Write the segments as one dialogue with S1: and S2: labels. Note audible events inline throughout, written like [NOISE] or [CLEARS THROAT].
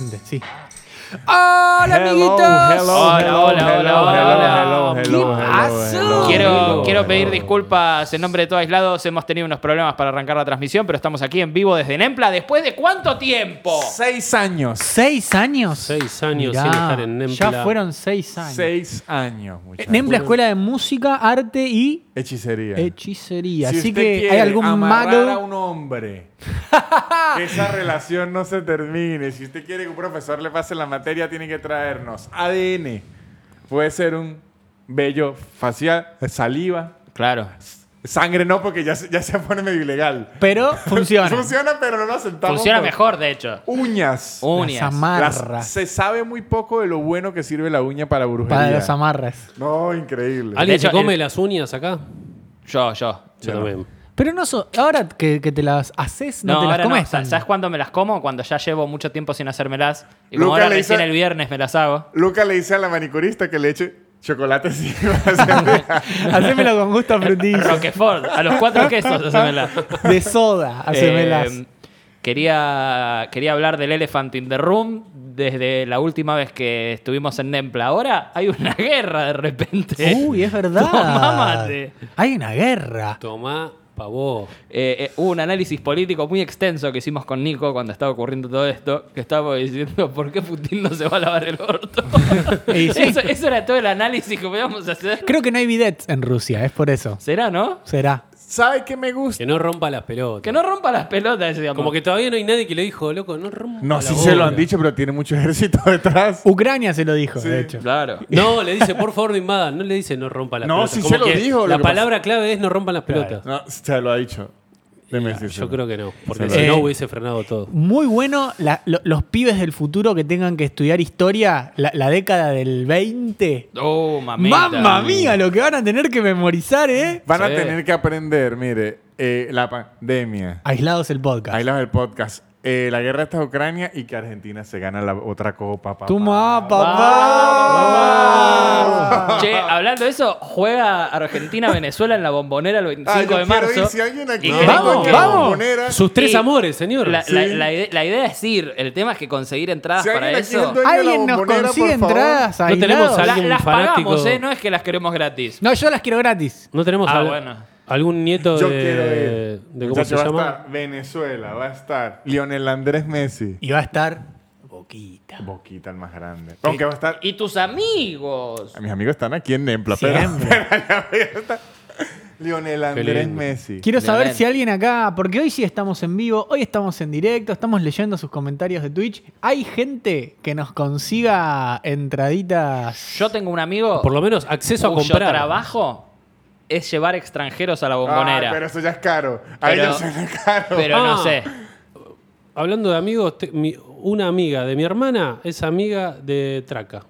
S1: De- Sí. ¡Hola, amiguitos!
S2: Hola, hola, hola,
S3: hola.
S1: ¿Qué pasó?
S2: Quiero, quiero pedir disculpas en nombre de todo aislados. Hemos tenido unos problemas para arrancar la transmisión, pero estamos aquí en vivo desde Nempla. ¿Después de cuánto tiempo?
S3: Seis años.
S1: ¿Seis años?
S4: Seis años
S1: Mirá,
S4: sin estar en Nempla.
S1: Ya fueron seis años.
S3: Seis años,
S1: Eh,
S3: muchachos.
S1: Nempla Escuela de Música, Arte y
S3: Hechicería.
S1: Hechicería.
S3: Si
S1: Eh, Así
S3: usted
S1: que
S3: quiere
S1: hay algún
S3: amarrar
S1: mago.
S3: a un hombre. que esa relación no se termine. Si usted quiere que un profesor le pase la materia, tiene que traernos ADN. Puede ser un vello facial, saliva.
S2: Claro.
S3: Sangre no, porque ya, se- ya se pone medio ilegal. [LAUGHS]
S1: Pero funciona.
S3: Funciona, pero no lo aceptamos.
S2: Funciona
S3: por-
S2: mejor, de hecho.
S3: Uñas.
S1: Las
S2: Uñas.
S3: Las-
S1: amarras.
S3: se sabe muy poco de lo bueno que sirve la uña para brujería.
S1: Para las amarras.
S3: No, increíble.
S2: Al-
S4: ¿Alguien
S2: hecho,
S4: se come
S2: el-
S4: Ah, las uñas acá?
S2: Yo, yo.
S4: Yo también.
S1: Pero no so- ahora que, que te las haces, no,
S2: No,
S1: te las
S2: ahora no.
S1: comes.
S2: Sa-
S1: tanto.
S2: ¿Sabes cuándo me las como? Cuando ya llevo mucho tiempo sin hacérmelas. Y como
S3: Luca
S2: ahora
S3: le
S2: recién
S3: hizo-
S2: el viernes me las hago.
S3: Luca le dice a la manicurista que le eche chocolate [LAUGHS] encima. O sea,
S1: Hacémelo con gusto
S2: [LAUGHS]
S1: a frutillas.
S2: Roquefort, a los cuatro quesos, hacémelas.
S1: De soda, hacémelas.
S2: Eh, quería, quería hablar del Elephant in the Room desde la última vez que estuvimos en Nempla. Ahora hay una [LAUGHS] guerra de repente.
S4: Eh,
S1: Uy,
S4: [LAUGHS]
S1: es verdad.
S2: Tomá mate.
S1: Hay una guerra.
S4: Tomá pavó.
S2: Eh, eh, hubo un análisis político muy extenso que hicimos con Nico cuando estaba ocurriendo todo esto, que estábamos diciendo [LAUGHS] por qué Putin no se va a lavar el orto.
S1: Y sí.
S2: eso, eso era todo el análisis que podíamos hacer.
S1: Creo que no hay bidets en Rusia, es por eso.
S2: ¿Será, no?
S1: Será.
S3: ¿Sabe qué me gusta?
S4: Que no rompa las pelotas.
S2: Que no rompa las pelotas, decíamos.
S4: Como que todavía no hay nadie que le dijo, loco, no rompa
S3: No,
S4: la
S3: sí se lo
S4: bola".
S3: han dicho, pero tiene mucho ejército [LAUGHS] detrás.
S1: Ucrania se lo dijo,
S3: Sí.
S1: de hecho.
S2: Claro.
S4: No, le dice, por favor, no invadan. No le dice, no rompa las
S3: No,
S4: pelotas.
S3: sí
S4: Como
S3: se lo
S4: que
S3: dijo, lo
S4: La
S3: que pasa-
S4: palabra clave es no rompan las pelotas.
S3: No, se lo ha dicho. Deme decírselo.
S4: Yo creo que no, porque
S3: Se
S4: si
S1: lo-
S4: no
S1: Eh.
S4: hubiese frenado todo.
S1: Muy bueno la- lo- los pibes del futuro que tengan que estudiar historia, la, la década del 20.
S2: Oh, mamita.
S1: ¡Mamma mía! Lo que van a tener que memorizar, ¿eh?
S3: Van a
S2: Sí.
S3: tener que aprender, mire, eh, la pandemia.
S1: Aislados el podcast.
S3: Ahí las del podcast. eh, la guerra está Ucrania y que Argentina se gana la otra copa. papá.
S1: Toma, papá.
S2: Che, hablando de eso, juega Argentina-Venezuela en la bombonera el 25
S3: Ah, yo
S2: de
S3: quiero
S2: marzo.
S3: ir, si alguien aquí
S2: Y
S3: no,
S2: queremos
S1: Vamos,
S2: que-
S1: vamos.
S3: Bombonera.
S4: Sus tres
S2: Y-
S4: amores, señor.
S2: La,
S4: Sí.
S2: la- la ide- la idea es ir, el tema es que conseguir entradas
S3: Si
S2: para
S3: alguien aquí es
S2: eso.
S3: dueño de la
S1: ¿Alguien nos
S3: Bombonera,
S1: consigue
S3: por favor?
S1: entradas
S4: No tenemos
S1: aislados?
S4: a
S2: La-
S4: alguien
S2: las
S4: fanático-
S2: pagamos, ¿eh? No es que las queremos gratis.
S1: No, yo las quiero gratis.
S4: No tenemos
S2: Ah,
S4: al-
S2: bueno.
S4: algún nieto
S3: Yo
S4: de,
S3: quiero ir.
S4: de cómo
S3: Muchacho,
S4: se
S3: va a
S4: llama.
S3: estar Venezuela, va a estar Lionel Andrés Messi.
S1: Y va a estar boquita.
S3: Boquita el más grande. Aunque va a estar.
S2: Y tus amigos.
S3: Mis amigos están aquí en Nempla, [LAUGHS] pero.
S1: Siempre.
S3: pero está Lionel Andrés
S4: lindo.
S3: Messi.
S1: Quiero saber
S2: Bien.
S1: si alguien acá, porque hoy sí estamos en vivo, hoy estamos en directo, estamos leyendo sus comentarios de Twitch. ¿Hay gente que nos consiga entraditas?
S2: Yo tengo un amigo
S4: Por lo menos acceso a
S2: cuyo
S4: comprar.
S2: trabajo es llevar extranjeros a la
S3: Ah,
S2: bombonera.
S3: pero
S2: pero
S3: eso ya es caro. A
S2: Pero-
S3: ellos suena caro.
S2: no
S4: Ah.
S2: sé.
S4: Hablando de amigos, te- mi- una amiga de mi hermana es amiga de Traca.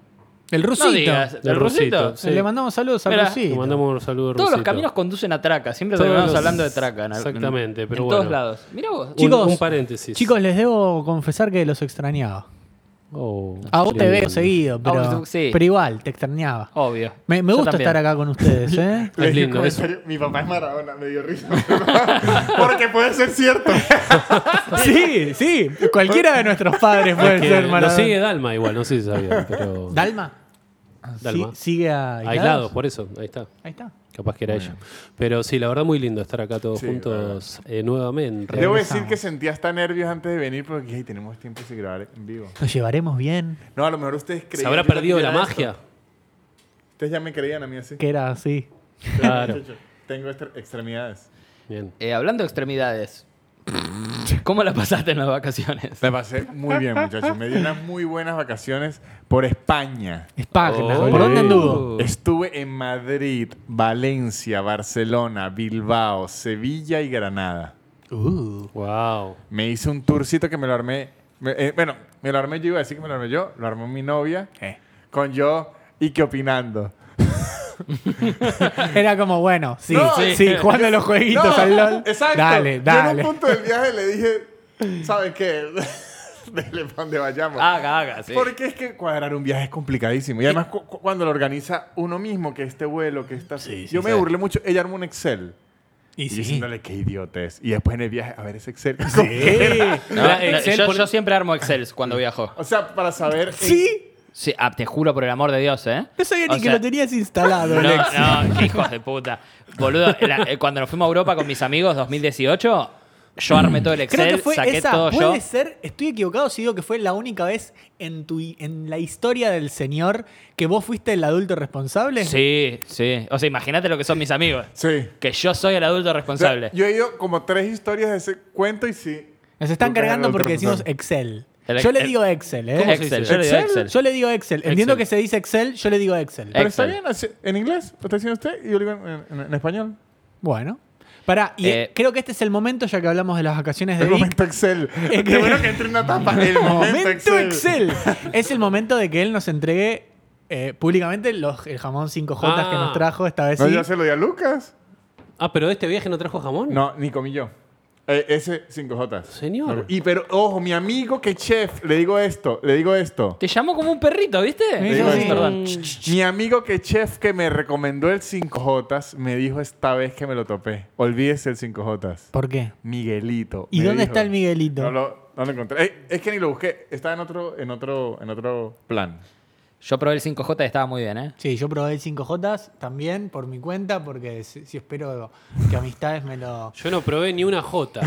S1: El
S2: No
S1: rusito.
S2: digas,
S4: Del
S2: ¿el rusito?
S4: rusito, sí.
S1: Le mandamos saludos al
S2: Mirá,
S4: Le
S1: rusito.
S4: mandamos un saludo.
S2: Todos los
S4: Rusito.
S2: caminos conducen a Traca. Siempre
S4: Todos
S2: terminamos
S4: los-
S2: hablando de Traca. en-
S4: Exactamente, pero
S2: en
S4: bueno.
S2: todos lados. Mira vos.
S4: Un-
S1: Chicos,
S4: un paréntesis.
S1: Chicos, les debo confesar que los extrañaba.
S4: Oh,
S1: A vos te
S4: tremendo.
S1: veo seguido, pero,
S2: Ah, vos- sí.
S1: pero igual, te extrañaba.
S2: Obvio.
S1: Me, me
S2: Yo
S1: gusta
S2: también.
S1: estar acá con ustedes,
S2: [LAUGHS]
S1: ¿eh?
S3: Le
S4: Es
S3: dije,
S4: lindo eso.
S3: "Comentario, Mi papá es Maradona, me dio risa. [LAUGHS] Porque puede ser cierto.
S1: sí, sí. Cualquiera de nuestros padres
S4: Es
S1: puede
S4: que
S1: ser
S4: lo
S1: Maradona.
S4: sigue Dalma igual, no sé si sabían, pero...
S1: ¿Dalma?
S4: Dalma.
S1: Sí, sigue a
S4: Aislados, por eso, ahí está.
S1: Ahí está.
S4: Capaz que era ella. Pero sí, la verdad muy lindo estar acá todos
S3: Sí,
S4: juntos eh, nuevamente.
S3: Debo
S1: Regresamos.
S3: decir que sentía hasta nervios antes de venir porque dije, "Ay, tenemos tiempo de grabar en vivo.
S1: Nos llevaremos bien.
S3: No, a lo mejor ustedes creían.
S4: ¿Se habrá
S3: yo ya
S4: perdido
S3: tenía
S4: la
S3: esto.
S4: magia?
S3: Ustedes ya me creían a mí así.
S1: Que era así.
S4: Claro.
S3: Tengo extre- extremidades.
S4: Bien.
S2: Eh, hablando de extremidades, ¿cómo la pasaste en las vacaciones?
S3: La pasé muy bien, muchachos. Me dio unas muy buenas vacaciones por España.
S1: Espagna.
S4: Oh.
S1: ¿Por dónde anduvo?
S3: Estuve en Madrid, Valencia, Barcelona, Bilbao, Sevilla y Granada.
S1: Uh.
S4: Wow.
S3: Me hice un tourcito que me lo armé. me- eh, bueno, me lo armé yo, iba a decir que me lo armé yo. Lo armó mi novia.
S1: Eh.
S3: Con yo y que opinando.
S1: [LAUGHS] Era como, bueno, sí,
S3: No,
S1: sí,
S3: sí.
S1: sí, jugando a los jueguitos
S3: No,
S1: al LOL.
S3: Exacto.
S1: Dale,
S3: Yo en
S1: dale.
S3: un punto del viaje le dije, ¿sabes qué? [LAUGHS] Dele pa' donde vayamos.
S1: Ah,
S2: Haga, haga, sí.
S3: Porque es que cuadrar un viaje es complicadísimo. Y además cu- cu- cuando lo organiza uno mismo, que este vuelo, que esta...
S1: Sí, sí,
S3: Yo me
S1: sí.
S3: burlé mucho. Ella armó un Excel.
S1: Y sí.
S3: diciéndole qué idiotes. Y después en el viaje, a ver ese Excel. [LAUGHS]
S2: No,
S4: La
S2: no,
S4: Excel
S2: yo,
S4: pone-
S2: yo siempre armo Excel cuando viajo.
S3: O sea, para saber.
S1: Sí,
S2: Sí, ah, te juro por el amor de Dios, ¿eh?
S1: no sabía
S2: O
S1: ni que
S2: sea,
S1: lo tenías instalado.
S2: No,
S1: Alex.
S2: no, qué hijos de puta. Boludo, la- eh, cuando nos fuimos a Europa con mis amigos 2018, yo armé todo el Excel,
S1: Creo que fue
S2: saqué
S1: esa.
S2: todo yo.
S1: Puede ser, estoy equivocado si digo que fue la única vez en tu en la historia del señor que vos fuiste el adulto responsable.
S2: Sí, sí. O sea, imagínate lo que son mis amigos.
S3: Sí.
S2: Que yo soy el adulto
S3: O sea,
S2: responsable.
S3: yo he ido como tres historias de ese cuento y sí.
S1: Nos están
S3: Tú que eras el
S1: cargando
S3: adulto
S1: porque decimos
S3: responsable.
S1: Excel.
S2: El ex-
S1: Yo le
S2: el-
S1: digo Excel,
S2: ¿Cómo
S1: ¿eh?
S2: se Excel, yo le digo Excel.
S1: Yo le digo Excel. Entiendo
S2: Excel.
S1: que se dice Excel, yo le digo Excel.
S2: Eh.
S3: Pero está
S2: Excel.
S3: bien, así- en inglés, lo está diciendo usted y yo lo digo en, en- en español.
S1: Bueno. Pará, y
S2: Eh.
S1: eh, creo que este es el momento, ya que hablamos de las vacaciones de
S3: El
S1: Vic.
S3: momento
S1: [LAUGHS]
S3: Excel.
S1: que-
S3: Qué bueno que entre una tapa. El momento Excel.
S1: es el momento de que él nos entregue eh, públicamente los, el jamón 5J que
S4: Ah.
S1: nos trajo esta vez.
S3: No,
S1: sí.
S3: yo se lo di a Lucas.
S4: Ah, pero este viaje no trajo jamón.
S3: No, ni comí yo. Eh, ese 5J.
S4: Señor.
S3: Y pero, ojo, mi amigo que chef, le digo esto, le digo esto.
S2: Te llamo como un perrito, ¿viste?
S1: Me
S3: dijo
S2: Sí,
S3: así.
S2: perdón.
S3: Mi amigo que chef que me recomendó el 5J me dijo esta vez que me lo topé. Olvídese el 5J.
S1: ¿Por qué?
S3: Miguelito.
S1: ¿Y
S3: me
S1: dónde
S3: dijo.
S1: está el Miguelito?
S3: No lo, no lo encontré. Eh, es que ni lo busqué. Estaba en otro, en otro, en otro plan.
S2: Yo probé el 5J y estaba muy bien, ¿eh?
S1: Sí, yo probé el 5J también por mi cuenta, porque si, si espero que amistades me lo.
S4: Yo no probé ni una J.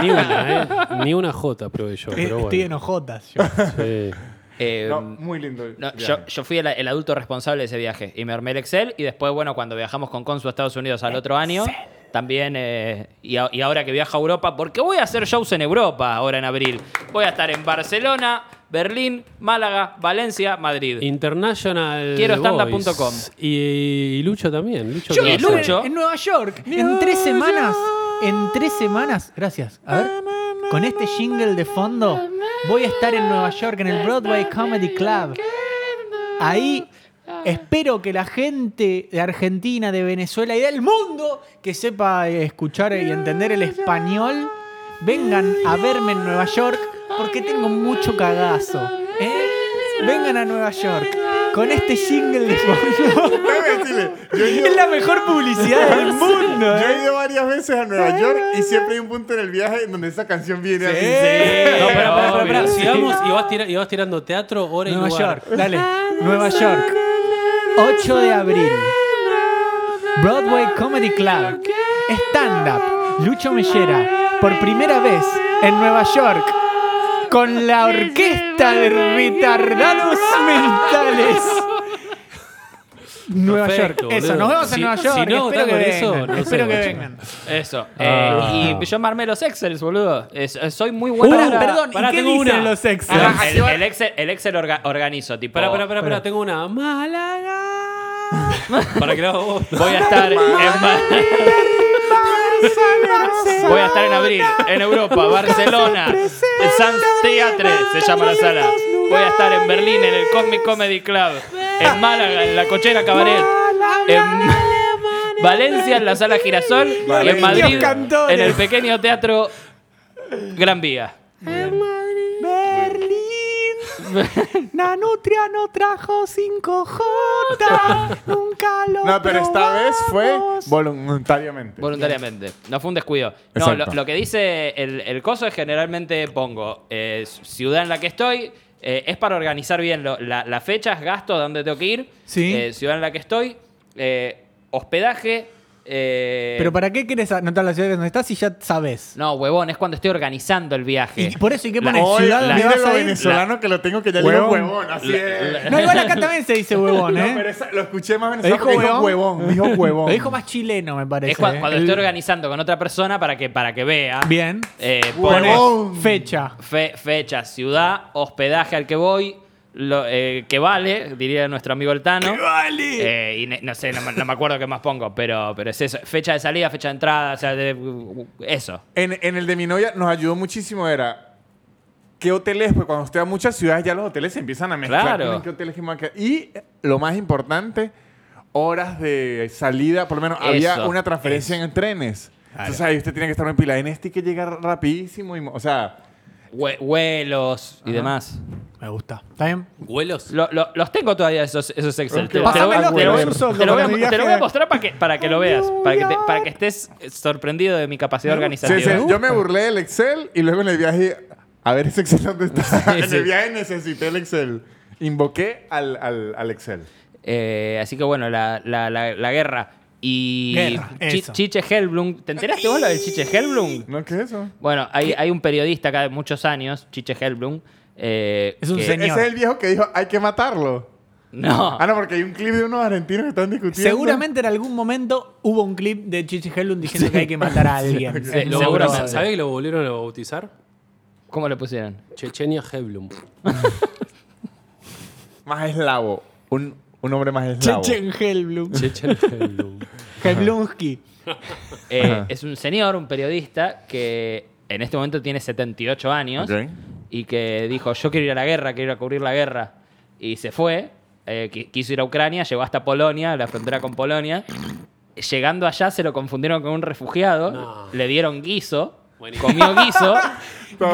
S4: Ni una, ¿eh? Ni una J probé
S1: Eh,
S4: yo.
S1: Estoy,
S4: Pero bueno.
S1: estoy en ojotas. yo.
S4: Sí.
S2: Eh,
S3: No, muy lindo. el
S2: No,
S3: viaje.
S2: yo, yo fui el, el adulto responsable de ese viaje y me armé el Excel y después, bueno, cuando viajamos con Consu a Estados Unidos al otro año, también, eh, y, a- y ahora que viajo a Europa, porque voy a hacer shows en Europa ahora en abril. Voy a estar en Barcelona, Berlín, Málaga, Valencia, Madrid.
S4: International.
S2: Quiero
S4: Boys.
S2: standup.com.
S4: Y, y Lucho también. Lucho
S2: Yo y
S4: ¿qué va a hacer?
S2: Lucho.
S1: En Nueva York, en tres semanas. En tres semanas. Gracias. A ver. Con este jingle de fondo, voy a estar en Nueva York, en el Broadway Comedy Club. Ahí espero que la gente de Argentina, de Venezuela y del mundo que sepa eh, escuchar y entender el español, vengan a verme en Nueva York porque tengo mucho cagazo. ¿eh? Vengan a Nueva York con este jingle de fondo. [LAUGHS]
S3: Déjame decirle, yo he ido-
S1: Es la mejor publicidad del mundo.
S3: Yo
S1: ¿eh?
S3: he ido varias veces a Nueva York y siempre hay un punto en el viaje en donde esa canción viene al
S1: Sí.
S4: No, pará, pará, pará, pará.
S2: Obvio, sí.
S4: Sigamos y vas, tira- y vas tirando teatro, hora y
S1: Nueva
S4: lugar.
S1: York, dale. Nueva York. 8 de abril. Broadway Comedy Club. Stand-up. Lucho Mellera. Por primera vez en Nueva York. Con la orquesta de retardados mentales. Nueva
S4: Perfecto,
S1: York. Eso,
S4: boludo.
S1: nos vemos en
S4: Si-
S1: Nueva
S4: si
S1: York.
S4: no
S1: espero
S4: votan
S1: que
S4: con eso,
S1: vengan.
S4: no sé,
S1: espero que
S4: guacho.
S1: vengan.
S2: Eso.
S4: Ah.
S2: Eh, y yo me armé los Excels, boludo. Es- eh, soy muy
S1: Uh,
S2: bueno. para-
S1: perdón,
S4: pará,
S1: ¿y qué
S4: tengo
S1: dicen
S4: una.
S1: los Excel?
S2: Ah, el, el Excel, el Excel orga- organizo, tipo.
S4: Pará, pará, pará, Oh, pará, tengo una. [LAUGHS] Málaga. Para que la hagas vos.
S2: Voy a estar en Madrid. Voy a estar en abril, en Europa, Barcelona, el San Teatre, se llama la sala. Voy a estar en Berlín, en el Cosmic Comedy Club, en Málaga, en la Cochera Cabaret, en Valencia, en la Sala Girasol, y en
S3: Valencia.
S2: Madrid,
S1: Dios, cantores.
S2: en el pequeño teatro Gran Vía.
S1: Berlín. Nanutria no trajo 5J. Nunca lo
S3: No, pero esta vez fue
S1: probamos.
S3: voluntariamente.
S2: Voluntariamente. No fue un descuido. No,
S3: Exacto.
S2: lo, lo que dice el, el coso es generalmente pongo eh, ciudad en la que estoy. eh, es para organizar bien lo- la- las fechas, gastos, de dónde tengo que ir.
S1: Sí.
S2: eh, ciudad en la que estoy. eh, hospedaje. eh,
S1: Pero ¿para qué quieres anotar la ciudad donde estás si ya sabes?
S2: No, huevón, es cuando estoy organizando el viaje.
S1: Y por eso, ¿y qué
S2: La-
S1: pones?
S3: Hoy
S1: Ciudad
S3: la,
S1: donde vas
S3: digo
S1: a ir.
S3: venezolano que lo tengo que ya le digo
S1: Huevón.
S3: huevón, así es.
S1: No, igual acá también se dice huevón,
S3: [LAUGHS] No,
S1: ¿eh?
S3: pero esa- lo escuché más venezolano
S1: Dijo
S3: porque dijo
S1: huevón.
S3: huevón, dijo huevón.
S1: Lo dijo más chileno, me parece.
S2: es cua-
S1: ¿eh?
S2: cuando
S1: El-
S2: estoy organizando con otra persona para que, para que vea.
S1: Bien.
S2: Eh,
S3: Huevón.
S2: pones-
S1: Fecha.
S2: Fe- fecha, ciudad, hospedaje al que voy, lo, eh, que vale, diría nuestro amigo el Tano. vale! Eh, y ne- no sé, no, me- no me acuerdo qué más pongo, pero, pero es eso. Fecha de salida, fecha de entrada, o sea, de- eso.
S3: En, en el de mi novia nos ayudó muchísimo, era qué hoteles, pues cuando usted va a muchas ciudades ya los hoteles se empiezan a mezclar.
S2: Claro.
S3: Miren qué hoteles que más que- Y lo más importante, horas de salida, por lo menos había
S2: Eso,
S3: una transferencia en trenes. Entonces ahí usted tiene que estar muy pila. En este hay que llegar rapidísimo, y, mo- o sea...
S2: Hue- vuelos y demás.
S1: Me gusta. ¿Está bien?
S5: ¿Huelos?
S2: Lo- lo- los tengo todavía esos, esos Excel.
S3: Ok.
S2: Te- te lo-
S3: Pásamelo,
S2: te lo-
S3: que lo uso
S2: te lo voy a-
S3: para mi
S2: te lo voy a
S3: viaje.
S2: mostrar para que, para que lo veas. Para que, te- para que estés sorprendido de mi capacidad organizativa.
S3: Sí, sí, yo me burlé del Excel y luego en el viaje, a ver ese Excel dónde está. en
S2: sí.
S3: el viaje necesité el Excel. Invoqué al, al, al Excel.
S2: Eh, así que bueno, la, la- la- la guerra. Y
S1: Guerra,
S2: Chi-
S1: eso.
S2: Chiche Helblum. ¿Te enteraste vos lo del Chiche Helblum?
S3: ¿No qué es eso?
S2: Bueno, hay, hay un periodista acá de muchos años, Chiche Helblum. eh,
S1: Es un
S2: que-
S1: señor.
S3: Ese es el viejo que dijo, hay que matarlo.
S2: [LAUGHS] No.
S3: Ah, no, porque hay un clip de unos argentinos que están discutiendo.
S1: Seguramente en algún momento hubo un clip de Chichi Hellum diciendo que hay que matar a alguien. Es
S2: Sí,
S1: muy
S2: seguro.
S1: probable.
S4: ¿Sabés que Eh, lo volvieron a bautizar?
S2: ¿Cómo le pusieron?
S4: Chechenia Heblum.
S3: Más eslavo. Un, un hombre más eslavo.
S1: Chechen Hellblum.
S4: Chechenia Heblum.
S1: Hellblumsky.
S2: Eh,
S3: Ajá.
S2: es un señor, un periodista, que en este momento tiene 78 años
S3: Ok.
S2: y que dijo, yo quiero ir a la guerra, quiero ir a cubrir la guerra. Y se fue, eh, qui- quiso ir a Ucrania, llegó hasta Polonia, la frontera con Polonia. Llegando allá se lo confundieron con un refugiado,
S4: No.
S2: le dieron guiso, comió guiso.
S3: Está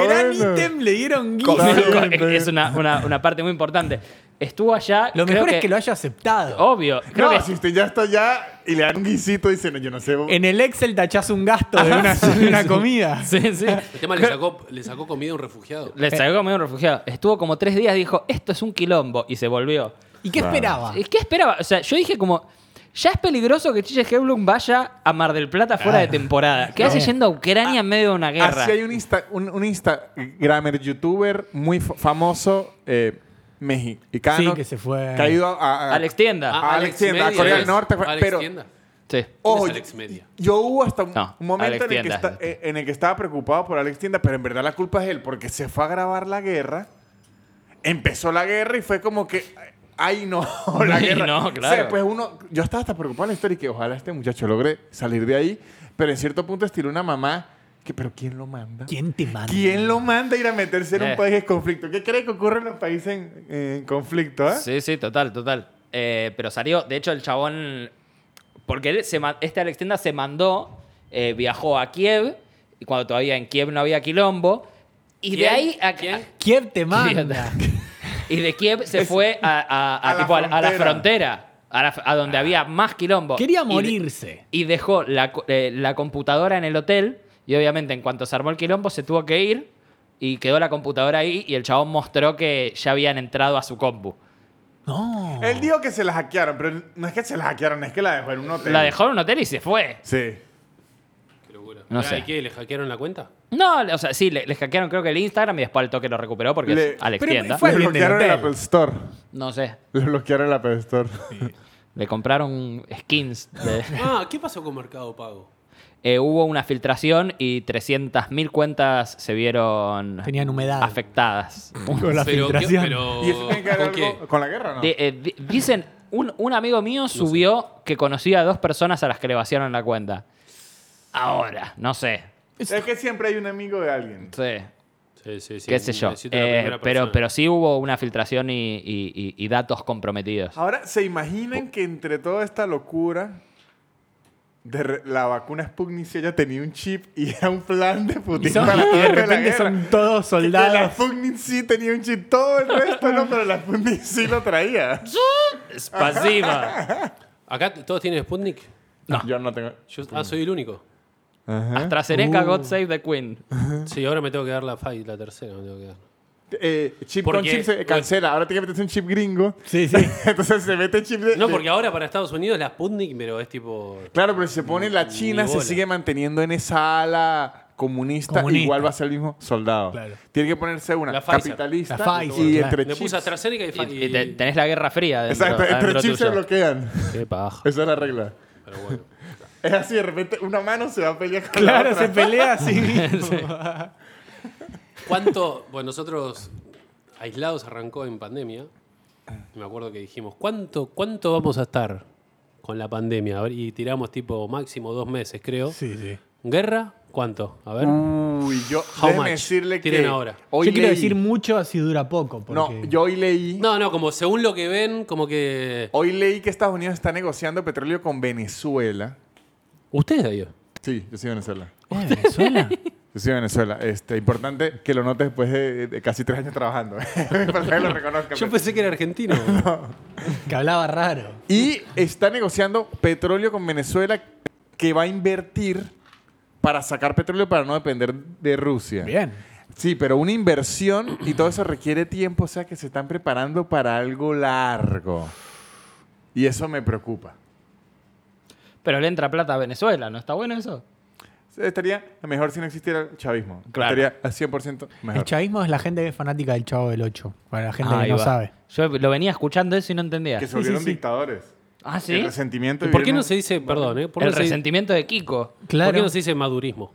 S1: Gran
S3: bueno.
S1: ítem le dieron guiso.
S3: Está bien,
S2: Comió-
S3: está bien.
S2: es una, una- una parte muy importante. Estuvo allá...
S1: Lo
S2: creo Oh.
S1: mejor es que lo haya aceptado.
S2: Obvio. Creo
S3: No,
S2: que
S3: si usted ya está allá y le dan un guisito, dice, no, yo no sé.
S1: En el Excel tachás un gasto de
S3: [LAUGHS]
S1: una, de una comida.
S2: [LAUGHS] Sí, sí.
S4: El tema le sacó, le sacó comida a un refugiado.
S3: Eh.
S2: Le sacó medio un refugiado. Estuvo como tres días, dijo, esto es un quilombo, y se volvió.
S1: ¿Y qué
S3: Claro.
S1: esperaba?
S2: ¿Y ¿Qué esperaba? O sea, yo dije como, ya es peligroso que Chiche Heblum vaya a Mar del Plata fuera
S3: Ah.
S2: de temporada.
S3: [LAUGHS]
S2: ¿Qué hace yendo a Ucrania en medio de una guerra?
S3: Así hay un, insta- un, un Instagrammer youtuber muy fa- famoso eh, mexicano.
S1: Sí, que se fue.
S3: Que ha ido a. a-
S2: Alex Tienda.
S3: Ah, Alex Tienda, a
S4: Media,
S3: Corea del
S4: Alex-
S3: Norte, fue-
S4: Alex
S3: pero-
S4: Tienda.
S2: Sí.
S3: Ojo,
S4: ¿Quién es Alex Media?
S3: Yo hubo hasta un,
S2: No,
S3: un momento
S2: Alex
S3: en el, que
S2: Tienda.
S3: esta- eh, en el que estaba preocupado por Alex Tienda, pero en verdad la culpa es él, porque se fue a grabar la guerra, empezó la guerra y fue como que, ay no, [LAUGHS] la
S2: Sí,
S3: guerra.
S2: no, claro.
S3: O sea, pues uno, yo estaba hasta preocupado en la historia y que ojalá este muchacho logre salir de ahí, pero en cierto punto estiró una mamá que, pero ¿quién lo manda?
S1: ¿Quién te manda?
S3: ¿Quién lo manda a ir a meterse en
S2: Eh.
S3: un país en conflicto? ¿Qué cree que ocurre en los países en, en conflicto? ah?
S2: Sí, sí, total, total. Eh, pero salió, de hecho, el chabón. Porque él se ma- este Alex Tienda se mandó, eh, viajó a Kiev, y cuando todavía en Kiev no había quilombo. Y de
S4: ¿Quién?
S2: ahí a,
S4: ¿Quién?
S1: ¿Quién te manda?
S2: Y de Kiev se fue a, a- a
S3: A la
S2: tipo, a la- a la
S3: frontera.
S2: frontera, a, la- a donde había más
S1: [LAUGHS]
S2: quilombo.
S1: Quería
S2: Y de-
S1: morirse.
S2: Y, dejó la, co- eh, la computadora en el hotel y obviamente en cuanto se armó el quilombo se tuvo que ir y quedó la computadora ahí y el chabón mostró que ya habían entrado a su compu.
S1: No.
S3: Él dijo que se la hackearon, pero no es que se la hackearon, es que la dejó en un hotel.
S2: La dejó en un hotel y se fue.
S3: Sí.
S4: Qué locura.
S2: No
S4: Ah,
S2: sé.
S4: ¿Y qué? ¿Le hackearon la
S3: [LAUGHS]
S4: cuenta?
S2: No, o sea, sí, le, le hackearon creo que el Instagram y después al toque lo recuperó porque
S3: Le-
S2: es Alex
S1: pero
S2: Tienda.
S1: fue-
S3: Le
S1: alguien del
S3: bloquearon el
S1: hotel.
S3: Apple Store.
S2: No sé,
S3: Le bloquearon el Apple Store.
S2: le compraron skins. de-
S4: Ah, ¿qué pasó con Mercado Pago?
S2: Eh, hubo una filtración y 300.000 cuentas se vieron
S1: Tenían humedad.
S2: afectadas.
S1: Con la
S4: ¿qué-
S1: filtración.
S4: pero-
S3: ¿Y eso tiene que ver
S4: ¿con
S3: algo
S4: qué?
S3: con la guerra, no?
S2: Di- eh, di- dicen, un, un amigo mío subió que conocía a dos personas a las que le vaciaron la cuenta. Ahora, no sé.
S3: Es que siempre hay un amigo de alguien.
S2: Sí,
S4: Sí, sí, sí.
S2: qué sé yo.
S4: necesito la
S2: Eh,
S4: primera
S2: pero,
S4: persona.
S2: pero sí hubo una filtración y, y- y- y datos comprometidos.
S3: Ahora, ¿se imaginan que entre toda esta locura de re- la vacuna Sputnik si ella tenía un chip y [LAUGHS] era un plan de
S1: Y,
S3: Putin
S1: son-
S3: para
S1: y de
S3: hacerle la
S1: repente
S3: guerra?
S1: son todos
S3: Que La
S1: soldados.
S3: Sputnik sí tenía un chip, todo el resto no, pero la Sputnik sí lo traía.
S2: Spasiba.
S4: [LAUGHS] ¿Acá t- todos tienen Sputnik?
S3: Yo no tengo.
S4: Yo, ah, soy el único.
S2: AstraZeneca,
S4: Uh.
S2: God Save the Queen.
S4: Sí, ahora me tengo que dar la fight, la tercera me tengo que dar.
S3: Eh, chip
S4: Porque-
S3: con chip se cancela. Ahora tiene que meterse un chip gringo.
S1: Sí, sí.
S3: [LAUGHS] Entonces se mete chip de.
S4: No,
S3: de-
S4: porque ahora para Estados Unidos la Sputnik, pero es tipo...
S3: Claro, pero si se pone la China,
S4: Ni
S3: se
S4: bola.
S3: sigue manteniendo en esa ala comunista,
S1: Comunista.
S3: igual va a ser el mismo soldado.
S1: Claro.
S3: Tiene que ponerse una
S4: La Pfizer.
S3: capitalista
S1: La Pfizer,
S3: y
S1: claro.
S3: entre
S4: Me
S3: chips.
S4: puse AstraZeneca y...
S2: Y,
S4: fa-
S2: y te- tenés la Guerra Fría dentro,
S3: Exacto, entre
S2: adentro
S3: chips se
S2: tuyo.
S1: [LAUGHS]
S3: bloquean.
S4: Qué paja.
S3: Esa es la regla.
S4: Pero bueno.
S3: Es así, de repente una mano se va a pelear con la
S1: Claro,
S3: otra.
S1: se pelea así mismo.
S4: ¿Cuánto? Bueno, nosotros aislados arrancó en pandemia. Y Me acuerdo que dijimos, ¿cuánto, cuánto vamos a estar con la pandemia? A ver, y tiramos tipo máximo dos meses, creo.
S1: Sí, sí.
S4: ¿Guerra? ¿Cuánto? A ver.
S3: [LAUGHS] Uy, yo
S4: How
S3: déjeme
S4: much?
S3: decirle que
S4: Tiren ahora.
S3: hoy
S1: Yo quiero
S3: leí-
S1: decir mucho así dura poco.
S3: No,
S1: porque-
S3: yo hoy leí
S4: No, no, como según lo que ven, como que...
S3: hoy leí que Estados Unidos está negociando petróleo con Venezuela.
S4: Ustedes de ahí.
S3: Sí, yo soy de Venezuela.
S1: ¿Es de Venezuela?
S3: Yo soy de Venezuela. Este, importante que lo notes después de, de casi tres años trabajando. [LAUGHS] Para que lo reconozcan.
S4: Yo pensé que
S3: [LAUGHS]
S4: era argentino.
S1: Que hablaba raro.
S3: Y está negociando petróleo con Venezuela que va a invertir para sacar petróleo para no depender de Rusia.
S1: Bien.
S3: Sí, pero una inversión y todo eso requiere tiempo, o sea que se están preparando para algo largo. Y eso me preocupa.
S2: Pero le entra plata a Venezuela, ¿no está bueno eso?
S3: Estaría mejor si no existiera el chavismo.
S2: Claro.
S3: Estaría al 100%
S1: El
S3: mejor.
S1: chavismo es la gente que es fanática del Chavo del 8. Para la gente
S2: Ahí
S1: que no
S2: va.
S1: sabe.
S2: Yo lo venía escuchando eso y no entendía.
S3: Que se volvieron dictadores.
S2: Ah, sí.
S3: El resentimiento.
S4: ¿Y ¿Por qué
S3: vivieron-
S4: no se dice, perdón, ¿eh? ¿Por qué
S2: El
S4: no se-
S2: resentimiento de Kiko.
S1: Claro.
S4: ¿Por qué no se dice madurismo?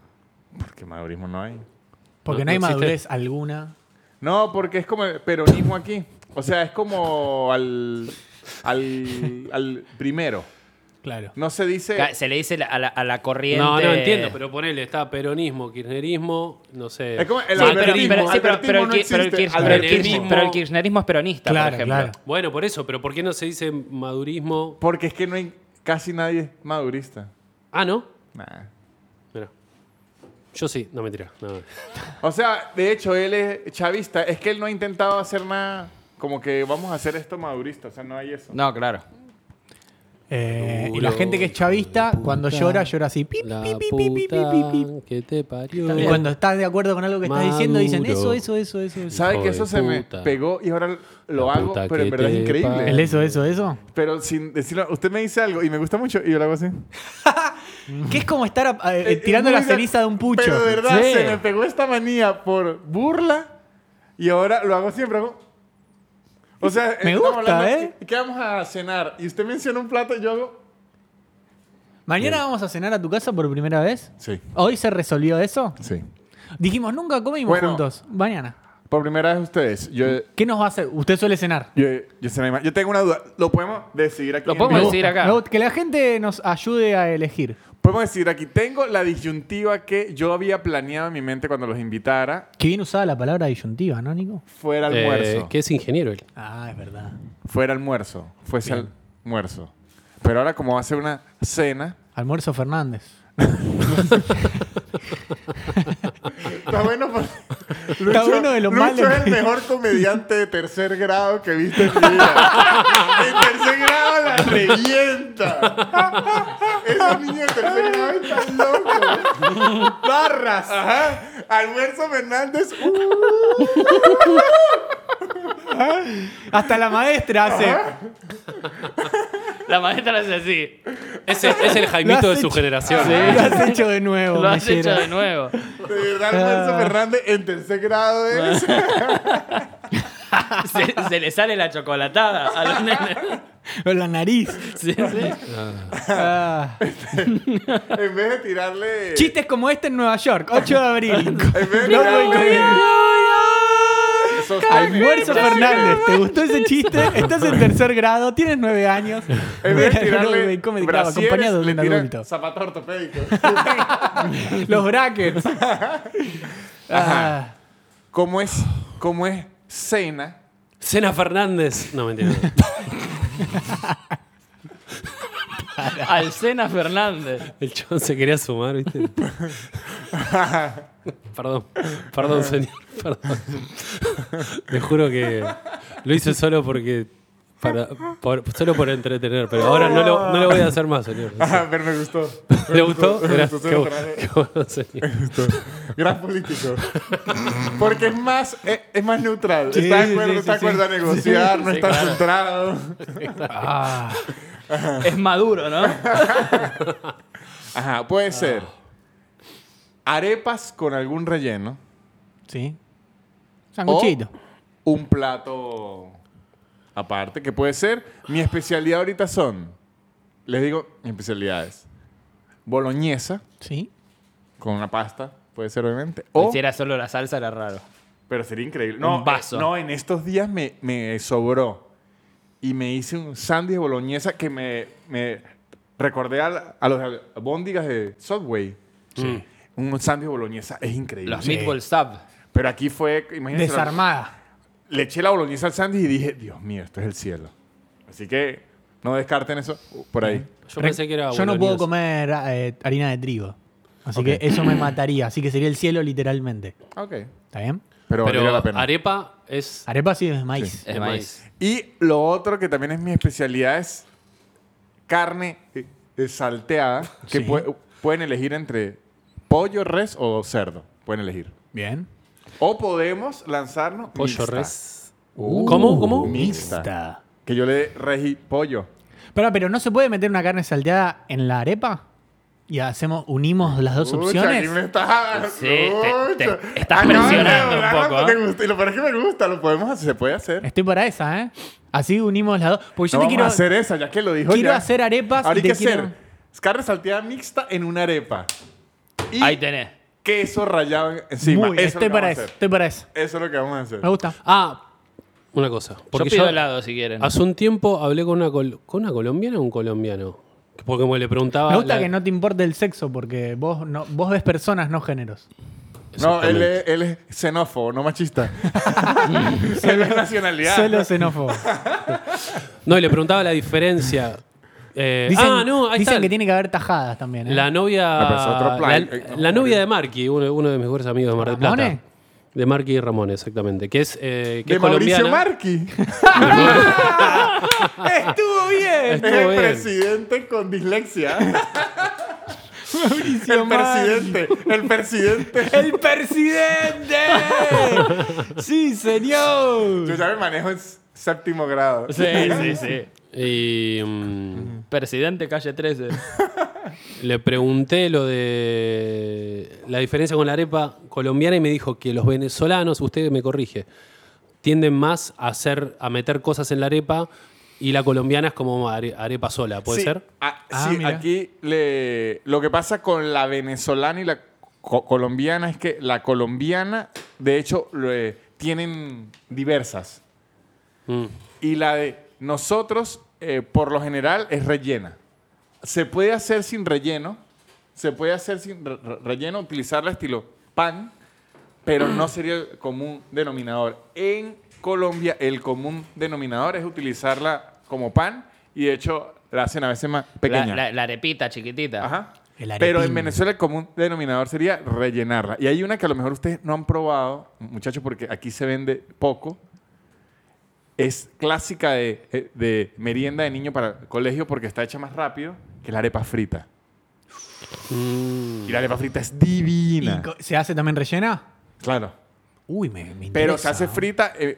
S3: Porque madurismo no hay.
S1: Porque
S4: No-
S1: no, hay
S4: no existe.
S1: madurez alguna.
S3: No, porque es como el peronismo aquí. O sea, es como al, al, al primero.
S1: Claro.
S3: No se dice...
S2: Ca- Se le dice la- a la, a la corriente.
S4: No, no entiendo, pero ponele, está peronismo, kirchnerismo, no sé.
S3: Es como el
S2: Sí, pero- pero-
S3: albertismo.
S2: sí, pero- pero el
S3: Albertismo no
S2: ki- pero el
S3: existe.
S2: kirch- pero el kirch-
S3: Albertismo.
S2: pero el kirchnerismo es peronista,
S1: Claro,
S2: por ejemplo.
S1: claro.
S4: Bueno, por eso, pero ¿por qué no se dice madurismo?
S3: Porque es que no hay casi nadie es madurista.
S4: Ah, ¿no?
S3: Nah.
S4: Mira. Yo sí, no mentira. No.
S3: O sea, de hecho, él es chavista. Es que él no ha intentado hacer nada como que vamos a hacer esto madurista. O sea, no hay eso.
S2: No, claro.
S1: Eh, y
S4: Duro,
S1: la gente que es chavista,
S4: puta,
S1: cuando llora, llora así. Pi,
S4: La
S1: pi, pi, pi, pi,
S4: puta
S1: pi, pi, pi.
S4: que te parió.
S1: Y cuando estás de acuerdo con algo que estás diciendo, dicen eso,
S4: Maduro.
S1: eso, eso, eso. eso.
S3: ¿Sabe
S4: Hijo
S3: que
S4: de
S3: eso se me
S4: puta.
S3: pegó y ahora lo
S4: La
S3: hago?
S4: puta
S3: Pero en
S4: que
S3: verdad es
S4: te
S3: increíble.
S4: parió.
S1: ¿El eso, eso, eso?
S3: Pero sin decirlo, usted me dice algo y me gusta mucho y yo lo hago así.
S1: Que es como estar eh,
S3: Eh,
S1: tirando
S3: muy
S1: la
S3: bien.
S1: ceniza de un pucho.
S3: Pero de verdad,
S1: Sí.
S3: se me pegó esta manía por burla y ahora lo hago siempre. hago- O sea,
S1: Me
S3: estamos
S1: gusta,
S3: hablando,
S1: ¿eh?
S3: ¿qué- ¿Qué vamos a cenar? Y usted menciona un plato y yo hago.
S1: Mañana vamos a cenar a tu casa por primera vez.
S3: Sí,
S1: ¿Hoy se resolvió eso?
S3: sí.
S1: Dijimos, nunca comimos
S3: Bueno.
S1: juntos. Mañana.
S3: Por primera vez ustedes, yo,
S1: ¿Qué nos va a hacer? Usted suele cenar.
S3: yo, yo cené mal. Yo tengo una duda. ¿Lo podemos decidir aquí?
S2: Lo
S3: en
S2: podemos
S3: vivo?
S2: decidir acá.
S1: Me gusta- Que la gente nos ayude a elegir.
S3: Podemos decidir aquí. Tengo la disyuntiva que yo había planeado en mi mente cuando los invitara
S1: Que bien usada la palabra disyuntiva, ¿no, Nico?
S3: fuera almuerzo.
S4: Eh, que es ingeniero él.
S1: Ah, es verdad.
S3: Fuera almuerzo. Fuese almuerzo. Pero ahora como va a ser una cena...
S1: Almuerzo Fernández.
S3: Está bueno porque
S1: Está bueno de lo
S3: Lucho
S1: malo que-
S3: es el mejor comediante de tercer grado que viste en mi vida. En tercer grado la revienta. Esos niños de tercer grado están locos. Barras. Ajá. Almuerzo Fernández. uh,
S1: [LAUGHS] Hasta la maestra hace.
S2: La maestra lo hace así.
S4: Es el, es el
S1: Lo
S4: Jaimito
S1: has
S4: de su
S1: hecho-
S4: generación. ¿Eh?
S1: Lo has hecho de nuevo,
S2: Lo has hecho
S1: Mellera.
S2: de
S4: [LAUGHS]
S2: nuevo.
S3: de verdad,
S1: Ah.
S3: Almuerzo Fernández en tercer grado es.
S2: Se, se le sale la chocolatada a los nenes.
S1: Con la nariz.
S2: Sí, sí.
S1: Ah.
S3: [LAUGHS] En vez de tirarle.
S1: Chistes como este en Nueva York, 8 de abril.
S3: [LAUGHS] En vez de
S1: No voy
S3: tirarle.
S1: con-
S3: sostenes- [LAUGHS]
S1: Almuerzo Fernández, ¿te gustó ese chiste? Estás en tercer grado, tienes 9 años.
S3: En
S1: [LAUGHS]
S3: vez
S1: Mira,
S3: de tirarle.
S1: Broadway Comedy Club,
S3: brasieres,
S1: acompañado de
S3: le
S1: un
S3: tiran
S1: adulto.
S3: Zapatos ortopédicos.
S1: Los
S3: [LAUGHS]
S1: brackets. Ah,
S3: ¿Cómo es, cómo es cena?
S4: Cena Fernández. No mentira.
S2: Alcena Fernández.
S4: [LAUGHS] El chabón se quería sumar, ¿viste?
S3: [LAUGHS]
S4: perdón, perdón, señor. Perdón. Te juro que lo hice solo porque. para- por- solo por entretener, pero ahora no lo, no lo voy a hacer más, señor.
S3: Ajá, Ah, pero me gustó.
S4: ¿Le gustó?
S3: Me
S4: Gracias.
S3: gustó,
S4: Qué, bueno-
S3: Fernández.
S4: qué bueno, señor.
S3: Me gustó. Gran político. Porque es más, es, es más neutral.
S1: Sí,
S3: está
S1: sí,
S3: de acuerdo,
S1: sí,
S3: está de
S1: sí,
S3: acuerdo
S1: sí.
S3: a negociar, no
S2: Sí,
S3: está
S2: claro.
S3: centrado.
S1: ah.
S2: Es maduro, ¿no?
S3: Ajá,
S1: Ah.
S3: puede ser. Arepas con algún relleno.
S1: Sí. Oh. Sanguchito.
S3: O un plato aparte, que puede ser. Mi especialidad ahorita son. Les digo, mis especialidades. Boloñesa
S1: Sí.
S3: con una pasta, puede ser obviamente.
S2: O
S3: O
S2: si era solo la salsa, era raro.
S3: Pero sería increíble. No,
S2: Un vaso.
S3: eh, no, en estos días me, me sobró. Y me hice un sándwich boloñesa que me, me recordé a, la- a los bóndigas de Subway. Sí. Un sándwich boloñesa es increíble.
S2: Los meatball sub.
S3: Pero aquí fue, imagínense.
S1: Desarmada.
S3: Le eché la boloñesa al sándwich y dije, Dios mío, esto es el cielo. Así que no descarten eso Uh, por ahí.
S4: Yo pensé que era
S1: Yo no puedo comer
S4: boloñesa.
S1: eh, harina de trigo. Así que eso me mataría. Así que sería el cielo literalmente.
S3: Ok.
S1: ¿Está bien?
S3: Pero, valdría
S4: Pero
S3: la pena.
S4: arepa es.
S1: Arepa sí es maíz.
S2: Es
S4: De
S2: maíz.
S3: Y lo otro que también es mi especialidad es carne eh, eh, salteada, que
S1: Sí.
S3: pue- pueden elegir entre pollo, res o cerdo. Pueden elegir.
S1: Bien.
S3: O podemos lanzarnos
S4: Pollo
S3: mixta,
S4: res.
S1: Uh.
S4: ¿Cómo? ¿Cómo?
S3: Uh, Mixta. Que yo le regí pollo.
S1: Pero, pero no se puede meter una carne salteada en la arepa y hacemos, unimos las dos
S3: Pucha, aquí
S1: opciones.
S3: me estás...
S2: Sí, te- te-
S3: Pucha.
S2: estás
S3: Acabas de
S2: presionando un
S3: hablar
S2: poco,
S3: porque
S2: ¿eh?
S3: me gusta, Y lo peor es que me gusta, lo podemos hacer, se puede hacer.
S1: Estoy para esa, ¿eh? Así unimos las dos. Porque yo
S3: no
S1: te
S3: vamos
S1: quiero.
S3: a hacer esa, ya que lo dijo
S1: quiero
S3: ya.
S1: hacer arepas y
S3: Ahora hay
S1: te
S3: que
S1: quiero-
S3: hacer carne salteada mixta en una arepa. Y
S2: Ahí tenés.
S3: queso rallado encima.
S1: Muy,
S3: eso es lo
S1: estoy
S3: que
S1: para
S3: vamos a
S1: eso.
S3: hacer.
S1: Estoy para eso.
S3: Eso es lo que vamos a hacer.
S1: Me gusta.
S4: Ah, una cosa. Porque
S2: yo pido
S4: yo-
S2: helado si quieren.
S4: Hace un tiempo hablé con una, col- con una colombiana o un colombiano. Porque como le preguntaba.
S1: Me gusta
S4: la-
S1: que no te importe el sexo porque vos, no, vos ves personas, no géneros.
S3: No, él
S4: Exactamente.
S3: es, él es xenófobo,
S1: [LAUGHS]
S3: no machista. [LAUGHS] él es nacionalidad.
S1: Solo xenófobo.
S4: No, y le preguntaba la
S1: [LAUGHS]
S4: diferencia. Eh,
S1: Dicen,
S4: ah, no, ahí
S1: dicen
S4: está.
S1: que tiene que haber tajadas también. ¿eh?
S3: [LAUGHS]
S4: La novia.
S3: Ah, pero es otro plan.
S4: la-
S3: Eh, no,
S4: la novia
S3: boludo.
S4: de Marky, uno, uno de mis mejores amigos de Mar del Plata.
S1: ¿Ramone?
S4: De Marky y Ramón, exactamente. Que es, eh, que
S3: De
S4: es
S3: Mauricio
S4: colombiana.
S3: Marqui.
S1: Estuvo bien.
S3: Es
S4: Estuvo
S3: el
S4: bien.
S3: presidente con dislexia.
S1: [LAUGHS]
S3: el presidente. El presidente.
S1: [LAUGHS] ¡El [LAUGHS] presidente! ¡Sí,
S3: Yo
S1: señor!
S3: ya me manejo en s- séptimo grado.
S2: Sí, sí, sí.
S4: [LAUGHS] Y mm,
S2: Presidente calle 13.
S4: le pregunté lo de la diferencia con la arepa colombiana y me dijo que los venezolanos, usted me corrige, tienden más a hacer, a meter cosas en la arepa y la colombiana es como are- arepa sola, ¿puede
S3: Sí,
S4: ser?
S3: a-
S1: Ah,
S3: sí,
S1: mira.
S3: aquí le, lo que pasa con la venezolana y la co- colombiana es que la colombiana, de hecho, lo, eh, tienen diversas.
S4: Mm.
S3: Y la de nosotros, eh, por lo general, es rellena. Se puede hacer sin relleno, se puede hacer sin re- re- relleno, utilizarla estilo pan, pero no sería el común denominador. En Colombia, el común denominador es utilizarla como pan y, de hecho, la hacen a veces más pequeña.
S2: La, la- la arepita chiquitita.
S3: Ajá.
S1: El
S3: Pero en
S1: arepín.
S3: Venezuela el común denominador sería rellenarla. Y hay una que a lo mejor ustedes no han probado, muchachos, porque aquí se vende poco. Es clásica de, eh, de merienda de niño para el colegio porque está hecha más rápido que la arepa frita. Y la arepa frita es divina.
S1: Mm. ¿Y co- ¿Se hace también rellena?
S3: Claro.
S1: Uy, me, me
S3: Pero se
S1: interesa.
S3: hace frita eh,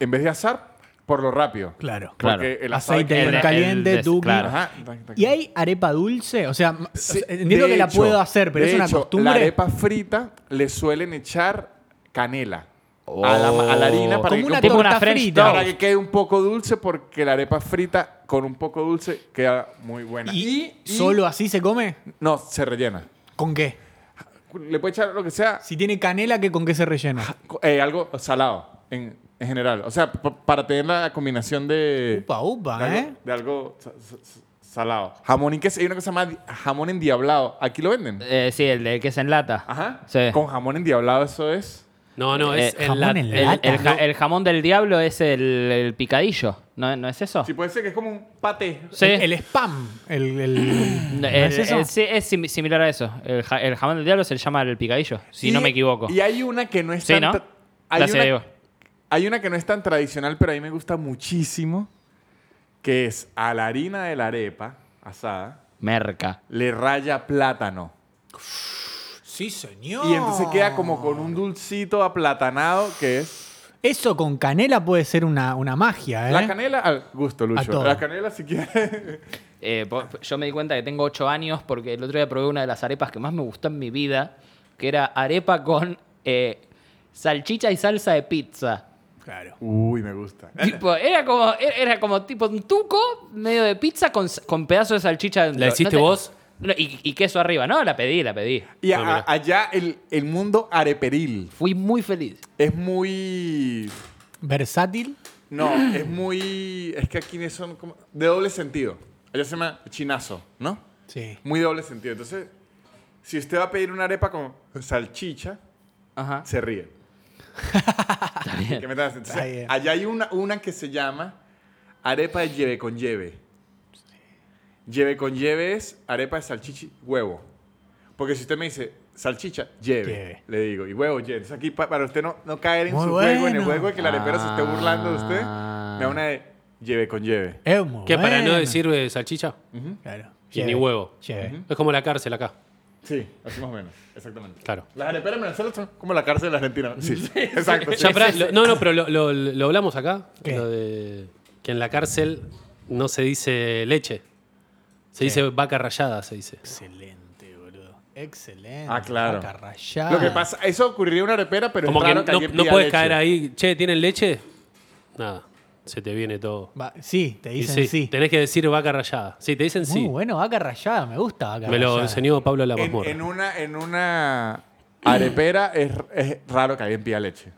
S3: en vez de azar por lo rápido.
S1: Claro.
S2: Claro.
S3: Porque el azar
S1: Aceite
S3: hay que-
S2: El- el
S1: caliente,
S2: des-
S1: tuki.
S2: claro.
S3: Ajá. Tac, tac,
S1: ¿Y hay arepa dulce? O sea, m-
S3: Sí,
S1: o sea, entiendo
S3: de
S1: que la
S3: hecho,
S1: puedo hacer, pero
S3: de
S1: es una
S3: hecho,
S1: costumbre.
S3: La arepa frita le suelen echar canela a, la, a la harina para,
S1: Oh. Como
S3: que,
S1: una
S3: quede
S2: tipo
S3: un
S1: torta
S2: una French
S3: poco-
S1: frita.
S2: toast.
S3: para que quede un poco dulce, porque la arepa frita con un poco dulce queda muy buena.
S1: ¿Y, solo así se come?
S3: No, se rellena.
S1: ¿Con qué?
S3: Le puede echar lo que sea,
S1: Si tiene canela, ¿qué, ¿con qué se rellena?
S3: eh, algo salado en, en general. O sea, p- para tener la combinación de.
S1: Upa, upa, ¿eh?
S3: de algo, de algo sa- sa- sa- salado. Jamón y queso. Hay una cosa más, jamón endiablado. Aquí lo venden.
S2: Eh, sí, el de que se enlata.
S3: Ajá.
S2: Sí.
S3: Con jamón endiablado, eso es.
S4: No, no,
S2: Eh,
S4: es en
S1: jamón
S4: la-
S1: en
S2: El,
S1: lata.
S2: el ja- el jamón del diablo es el, el picadillo. ¿No, no es eso?
S3: Sí, puede ser que es como un paté.
S2: Sí.
S1: El, el spam. El, el-
S2: No,
S1: ¿no
S2: el-
S1: es eso?
S2: el- sí, es simi- similar a eso. El, ja- el jamón del diablo se le llama el picadillo, si
S3: Y-
S2: no me equivoco.
S3: Y hay una que no es
S2: Sí,
S3: tan.
S2: ¿no?
S3: tra- Hay
S2: Gracias,
S3: una,
S2: Diego.
S3: hay una que no es tan tradicional, pero a mí me gusta muchísimo. Que es a la harina de la arepa asada,
S2: Merca.
S3: le raya plátano.
S1: [CLEARS THROAT] Sí, señor.
S3: Y entonces queda como con un dulcito aplatanado que es.
S1: Eso con canela puede ser una, una magia, ¿eh?
S3: La canela al gusto, Lucho.
S1: todo.
S3: La canela, si quieres. [LAUGHS]
S2: Eh, po- yo me di cuenta que tengo 8 años porque el otro día probé una de las arepas que más me gustó en mi vida, que era arepa con eh, salchicha y salsa de pizza.
S1: Claro.
S3: Uy, me gusta.
S2: Tipo, era como era, era como tipo un tuco medio de pizza con, s- con pedazo de salchicha dentro.
S4: ¿La hiciste vos?
S2: No, y, y queso arriba. No, la pedí, la pedí.
S3: Y a-
S4: Ah, mira.
S3: allá el, el mundo areperil
S2: Fui muy feliz.
S3: es muy.
S1: Versátil.
S3: No, es muy. Es que aquí son como. De doble sentido. Allá se llama chinazo, ¿no?
S1: Sí.
S3: Muy doble sentido. Entonces, si usted va a pedir una arepa con salchicha,
S2: Ajá.
S3: se ríe. Que me estás- entonces,
S1: Está bien.
S3: allá hay una, una que se llama arepa de lleve con lleve. Lleve con lleve es arepa de salchichi huevo. Porque si usted me dice salchicha, lleve,
S1: Lleve.
S3: le digo, y huevo, lleve. Entonces aquí pa- para usted no, no caer en
S1: Muy
S3: su juego, en el
S1: bueno.
S3: juego de que la arepero se esté burlando de usted,
S2: Ah.
S3: me da una de lleve con lleve.
S1: Es muy
S4: Que para
S1: bueno.
S4: no decir eh, salchicha
S1: Claro.
S4: y ni huevo.
S1: Lleve.
S4: Es como la cárcel acá,
S3: Sí, así más o menos, exactamente.
S4: claro.
S3: Las areperas en Venezuela son como la cárcel de Argentina. [LAUGHS] Sí, exacto.
S4: Ya,
S3: sí.
S4: pará, lo- no, no, pero lo, lo- lo hablamos acá.
S1: ¿Qué?
S4: Lo de que en la cárcel no se dice leche. Se dice vaca rayada, se dice.
S1: Excelente, boludo. Excelente.
S3: Ah, claro.
S1: Vaca rallada.
S3: Lo que pasa, eso ocurriría en una arepera, pero
S4: Como
S3: es
S4: que
S3: raro
S4: no,
S3: que, alguien
S4: no
S3: pida
S4: puedes
S3: leche.
S4: caer ahí. Che, ¿tienen leche? Nada, se te viene todo.
S1: Va- sí, te
S4: Y
S1: dicen
S4: sí,
S1: sí.
S4: Tenés que decir vaca rayada. Sí, te dicen
S1: Muy
S4: sí.
S1: bueno, vaca rallada. Me gusta vaca
S4: Me lo
S1: rallada.
S4: enseñó Pablo la
S3: En,
S4: mazmorra.
S3: en una, en una arepera es, es raro que alguien pida leche. [LAUGHS]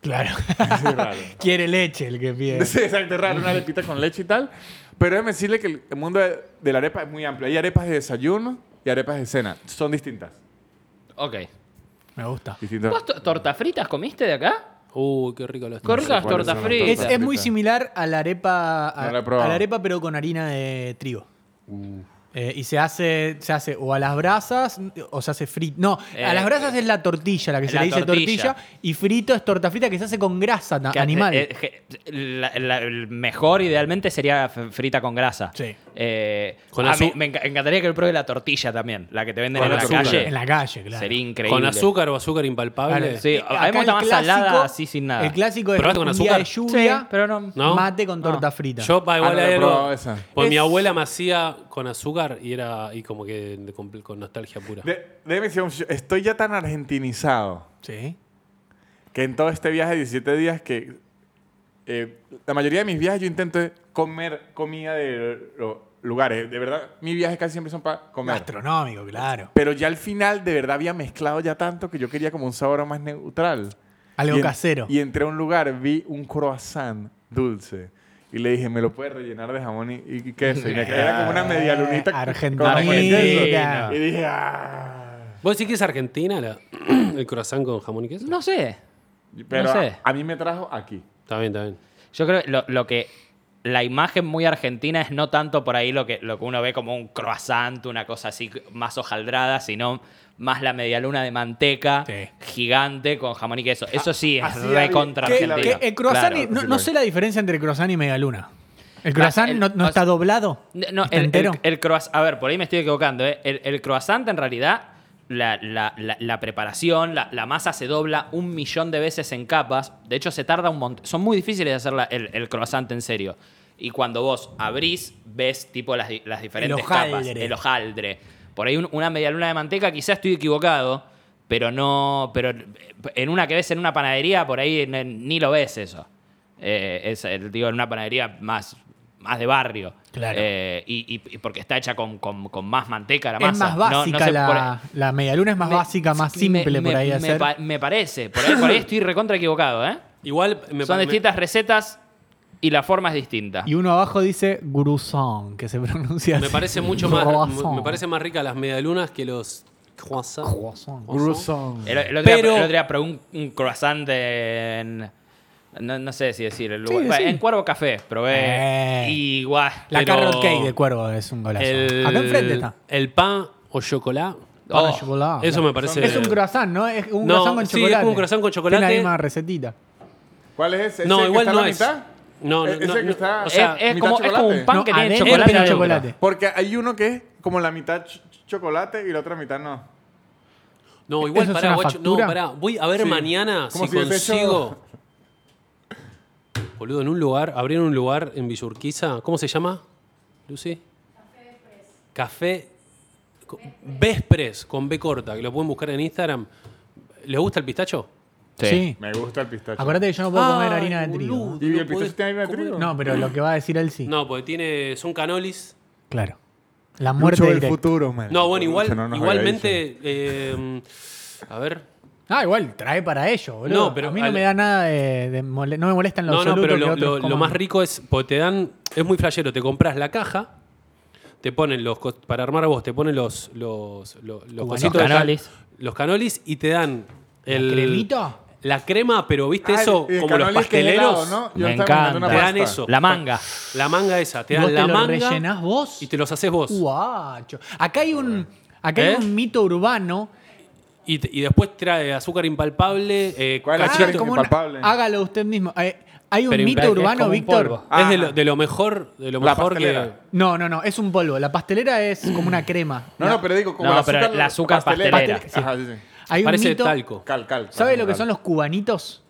S1: Claro.
S3: Es raro.
S1: Quiere leche el que pide.
S3: [LAUGHS] Sí, exacto, es raro, una arepita con leche y tal. Pero déjeme decirle que el- el mundo de, de la arepa es muy amplio. Hay arepas de desayuno y arepas de cena. Son distintas.
S2: Ok.
S1: Me gusta.
S3: Distintas.
S2: ¿Vos to- tortas fritas comiste de acá?
S4: Uy, qué rico lo
S2: Qué
S4: está.
S2: ricas
S3: cuáles
S2: tortas
S3: son las
S2: fritas.
S1: Es,
S3: tortas.
S1: es muy similar a la arepa, a,
S3: No la he probado. Uh.
S1: a la arepa pero con harina de trigo. Eh, y se hace, se hace o a las brasas o se hace frito. No, a
S2: Eh,
S1: las brasas es la tortilla, la que se
S2: la
S1: le dice
S2: tortilla.
S1: tortilla. Y frito es torta frita que se hace con grasa na-
S2: Que-
S1: animal.
S2: eh, que- la- la- el mejor idealmente sería f- frita con grasa.
S1: Sí.
S2: Eh,
S4: Con
S2: a
S4: azu-
S2: mí me enca- encantaría que lo pruebe la tortilla también, la que te venden
S3: Con
S2: en la
S3: azúcar.
S2: calle.
S1: en la calle, claro.
S2: Sería increíble.
S4: Con azúcar o azúcar impalpable.
S1: Claro.
S2: sí.
S1: Eh,
S2: a mí
S1: acá
S2: me
S1: el
S2: gusta más salada, así, sin nada.
S1: El clásico es
S4: ¿Probaste con
S1: un día
S4: azúcar?
S1: de lluvia,
S2: Sí, pero no-
S4: ¿No?
S1: mate con torta
S2: No.
S1: frita.
S4: Yo pa, igual
S3: Ah, no,
S4: era-
S3: no, probaba esa.
S4: Pues mi
S1: Es-
S4: abuela me hacía con azúcar y era y como que de- con, con nostalgia pura.
S3: De- déjeme decir, yo estoy ya tan argentinizado
S1: Sí.
S3: que en todo este viaje de 17 días que eh, la mayoría de mis viajes yo intento comer comida de lo- lugares. De verdad, mis viajes casi siempre son para comer.
S1: Gastronómico, claro.
S3: Pero ya al final, de verdad, había mezclado ya tanto que yo quería como un sabor más neutral.
S1: Algo
S3: Y en-
S1: casero.
S3: Y entré a un lugar, vi un croissant dulce. Y le dije, ¿me lo puedes rellenar de jamón y, y queso? Y me era como una media lunita.
S1: Eh,
S3: con-
S1: argentina.
S3: con jamón y queso.
S1: Argentina.
S3: Y dije, ¡ah!
S4: ¿Vos decís que es Argentina la- [CLEARS THROAT] el croissant con jamón y queso?
S2: No sé.
S3: Pero
S2: No sé.
S3: a, a mí me trajo aquí.
S4: Está bien, está bien.
S2: Yo creo que lo, lo que la imagen muy argentina es no tanto por ahí lo que, lo que uno ve como un croissant, una cosa así más hojaldrada, sino más la medialuna de manteca
S1: Sí.
S2: gigante con jamón y queso. Eso sí es
S3: Ah, así
S2: re
S3: había-
S2: contra
S3: ¿Qué-
S2: argentina.
S1: Que el croissant,
S2: Claro.
S1: y- no, no sé la diferencia entre croissant y medialuna. ¿El
S2: Va,
S1: croissant
S2: el-
S1: no, no
S2: o
S1: está
S2: sea,
S1: doblado?
S2: No,
S1: ¿Está
S2: el,
S1: entero?
S2: croissant. A ver, por ahí me estoy equivocando. ¿eh? El, el croissant, en realidad, la, la- la- la preparación, la, la masa se dobla un millón de veces en capas. De hecho, se tarda un montón. Son muy difíciles de hacer la- el, el croissant en serio. Y cuando vos abrís, ves tipo las, di- las diferentes capas. Eh,
S1: hojaldre.
S2: El hojaldre. Por ahí un- una medialuna de manteca, quizás estoy equivocado, pero no. Pero en una que ves en una panadería, por ahí n- ni lo ves eso. Eh, es, eh, digo, en una panadería más, más de barrio.
S1: Claro.
S2: Eh, y, y- y porque está hecha con, con- con más manteca la
S1: Es
S2: masa.
S1: más
S2: No- no
S1: básica
S2: sé, por-
S1: la, la medialuna, es más
S2: me-
S1: básica, más
S2: me-
S1: simple
S2: me-
S1: por ahí
S2: me
S1: hacer.
S2: pa- me parece. Por ahí, por ahí estoy recontra equivocado, ¿eh?
S4: Igual me
S2: Son
S4: me-
S2: distintas recetas y la forma es distinta.
S1: y uno abajo dice grusón, que se pronuncia
S4: Me
S1: así. [LAUGHS]
S4: parece mucho más
S1: Croissant.
S4: me parece más rica las medialunas que los croissants.
S1: Croissant.
S2: El, el otro
S4: Pero-
S2: día, el otro día probé un, un croissant en. No, no sé si decir el
S1: Sí,
S2: lugar.
S1: decí.
S2: En Cuervo Café probé.
S1: Eh.
S2: Y guau.
S1: La
S4: Pero-
S1: carrot cake de cuervo es un golazo.
S4: El,
S1: Acá enfrente está.
S4: El pan o chocolate.
S1: Pan
S2: Oh,
S1: al chocolate.
S4: Eso me parece.
S1: Es un croissant, ¿no? Es un
S4: No,
S1: croissant con
S4: sí, es
S1: chocolate.
S4: como un croissant con chocolate.
S1: Tiene la misma recetita.
S3: ¿Cuál es ese? ¿Ese
S4: No,
S3: que
S4: igual
S3: está a
S4: no
S3: la
S4: es.
S3: mitad?
S4: No, no,
S3: ¿E- ese
S4: no,
S3: que
S4: no.
S3: está
S4: O sea,
S2: es, es
S3: mitad
S2: como, es como
S3: chocolate?
S2: un pan
S1: No,
S2: que tiene
S1: adentro
S2: chocolate.
S1: tiene
S2: adentro.
S1: chocolate.
S3: Porque hay uno que es como la mitad ch- ch- chocolate y la otra mitad no.
S4: No, igual
S1: ¿Eso es
S4: pará,
S1: una
S4: guacho. No,
S1: factura?
S4: pará. Voy a ver
S3: Sí.
S4: mañana si
S3: Como si hubiese
S4: consigo. Boludo, en un lugar, abrieron un lugar en Villurquiza. ¿Cómo se llama, Lucy? Café co- Vespres, con B corta, que lo pueden buscar en Instagram. ¿Les gusta el pistacho?
S1: Sí.
S3: Me gusta el pistacho.
S1: Acuérdate que yo no puedo comer
S4: Ay,
S1: harina de trigo.
S4: boludo,
S3: ¿Y
S4: no
S3: el pistacho
S4: podés
S3: tiene harina de
S4: comer-
S3: trigo?
S1: No, pero lo que va a decir él sí.
S4: No, porque tiene, son canolis.
S1: Claro. La muerte
S3: Mucho del
S1: directa.
S3: futuro, man.
S4: No, bueno, igual,
S3: Mucho no nos había dicho.
S4: igualmente. eh, a ver.
S1: Ah, igual, trae para ello, boludo.
S4: No, pero
S1: a mí no
S4: al-
S1: me da nada de, de mole- No me molesta en lo
S4: No, no,
S1: absoluto
S4: pero
S1: que
S4: lo,
S1: otros
S4: lo- lo
S1: coman.
S4: más rico es. Porque te dan. Es muy flashero. Te compras la caja. Te ponen los. cos- Para armar vos, te ponen los. Los, los, los
S1: Cubanitos.
S4: cositos de-
S2: Canolis.
S4: los canolis y te dan. El,
S1: cremita?
S4: La crema, pero viste
S3: Ah,
S4: este, eso.
S3: el- el
S4: como los
S3: cannoli que es de helado,
S4: pasteleros.
S3: ¿no?
S2: Me
S3: estaba imaginando
S2: encanta.
S4: Te dan
S3: pasta.
S4: eso.
S2: La manga.
S4: La manga esa. Te
S1: ¿Y
S4: dan
S1: vos
S4: la
S1: te lo
S4: manga.
S1: rellenás vos?
S4: Y te los haces vos.
S1: Guacho. Acá hay un. Acá
S4: ¿Eh?
S1: hay un mito urbano.
S4: Y, te- y después trae azúcar impalpable. eh,
S3: ¿Cuál
S4: cachito-
S3: azúcar?
S1: es Ah, como
S3: impalpable.
S1: hágalo usted mismo. Eh, Hay un
S4: Pero
S1: mito
S4: impa- es
S2: como
S1: urbano,
S2: un
S1: Víctor.
S2: polvo.
S4: Es de
S3: Ah.
S4: lo, de lo mejor, de lo
S3: La
S4: mejor que.
S3: pastelera.
S1: No, no, no, es un polvo. La pastelera es como una
S4: [CLEARS THROAT]
S1: crema.
S3: No, no, pero digo, como
S2: No,
S3: el
S2: pero
S3: azúcar,
S2: el azúcar pastelera.
S3: Ajá, sí, sí.
S1: Hay
S4: Parece
S1: un mito.
S4: talco.
S3: Cal, cal.
S1: ¿Sabe lo que
S3: cal.
S1: son los cubanitos?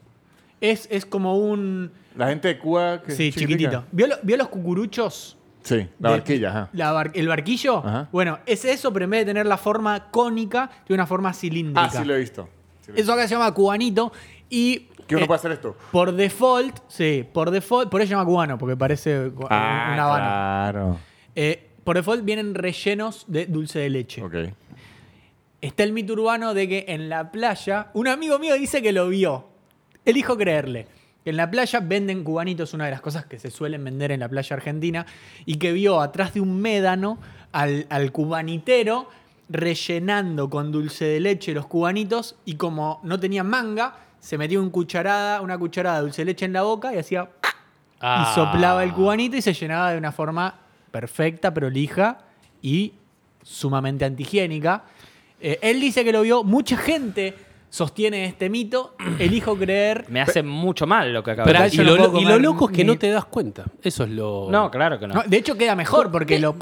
S1: Es, es como un.
S3: La gente de Cuba. que-
S1: Sí,
S3: chiquitica.
S1: chiquitito. ¿Vio, lo- vio los cucuruchos?
S3: Sí, la
S1: de-
S3: barquilla, ajá. Ah,
S1: la bar- ¿El barquillo?
S3: Ajá.
S1: Bueno, es eso, pero en vez de tener la forma cónica, tiene una forma cilíndrica.
S3: Ah, sí lo he visto. Sí lo he visto.
S1: Eso acá se llama cubanito y.
S3: Que uno
S1: eh,
S3: puede hacer esto.
S1: Por default, sí, por default, por eso se llama cubano, porque parece cu-
S4: Ah,
S1: una habana.
S3: Ah, claro.
S1: Eh, por default vienen rellenos de dulce de leche.
S3: Ok.
S1: Está el mito urbano de que en la playa, un amigo mío dice que lo vio. Elijo creerle. Que en la playa venden cubanitos, una de las cosas que se suelen vender en la playa argentina, y que vio atrás de un médano al, al cubanitero rellenando con dulce de leche los cubanitos y como no tenía manga, se metió un cucharada, una cucharada de dulce de leche en la boca y hacía
S4: Ah.
S1: y soplaba el cubanito y se llenaba de una forma perfecta, prolija y sumamente antihigiénica. Eh, él dice que lo vio, mucha gente sostiene este mito, [COUGHS] elijo creer.
S2: Me hace mucho mal lo que acabo de
S4: Pero,
S1: Acá
S4: y,
S1: yo no
S4: lo,
S1: puedo
S4: lo- y
S1: comer
S4: lo loco es que
S1: ni-
S4: no te das cuenta. Eso es lo.
S2: No, claro que no.
S1: No, de hecho queda mejor porque lo...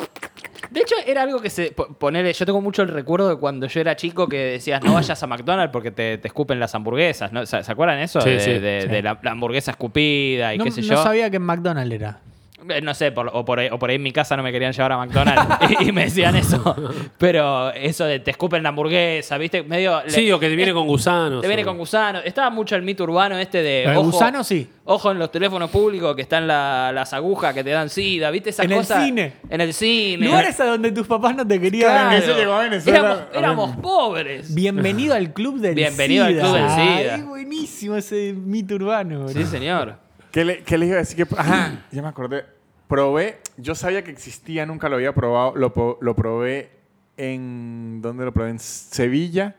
S2: De hecho, era algo que se. po- Ponele, yo tengo mucho el recuerdo de cuando yo era chico que decías no vayas a McDonald's porque te, te escupen las hamburguesas. ¿no? ¿Se, se acuerdan eso?
S4: Sí,
S2: de
S4: sí,
S2: de- de la, la hamburguesa escupida y
S1: No,
S2: qué sé
S1: no
S2: yo.
S1: sabía que en McDonald's era.
S2: Eh, No sé, por- o, por ahí, o por ahí en mi casa no me querían llevar a McDonald's [LAUGHS] y, y me decían eso. Pero eso de te escupen la hamburguesa, ¿viste? Medio. le-
S4: Sí, o que te viene con gusanos.
S2: Te viene
S4: o-
S2: con gusanos. Estaba mucho el mito urbano este de.
S1: Lo de
S2: ojo-
S1: gusanos, Eh, sí.
S2: Ojo en los teléfonos públicos que están la- las agujas que te dan sida, ¿viste? Esas
S1: En el
S2: cosas-
S1: cine.
S2: En el cine.
S1: Lugares a donde tus papás no te querían.
S2: Claro.
S3: En eso llegó a Venezuela.
S2: Éramos, éramos pobres.
S1: Bienvenido al Club del
S2: Bienvenido al
S1: SIDA.
S2: Club del SIDA.
S1: Ay, buenísimo ese mito urbano. bro.
S2: Sí, señor.
S3: ¿Qué, le, ¿Qué les iba a decir? Que,
S1: [CLEARS THROAT]
S3: ajá, ya me acordé. Probé, yo sabía que existía, nunca lo había probado. Lo, po- lo probé en. ¿Dónde lo probé? En Sevilla.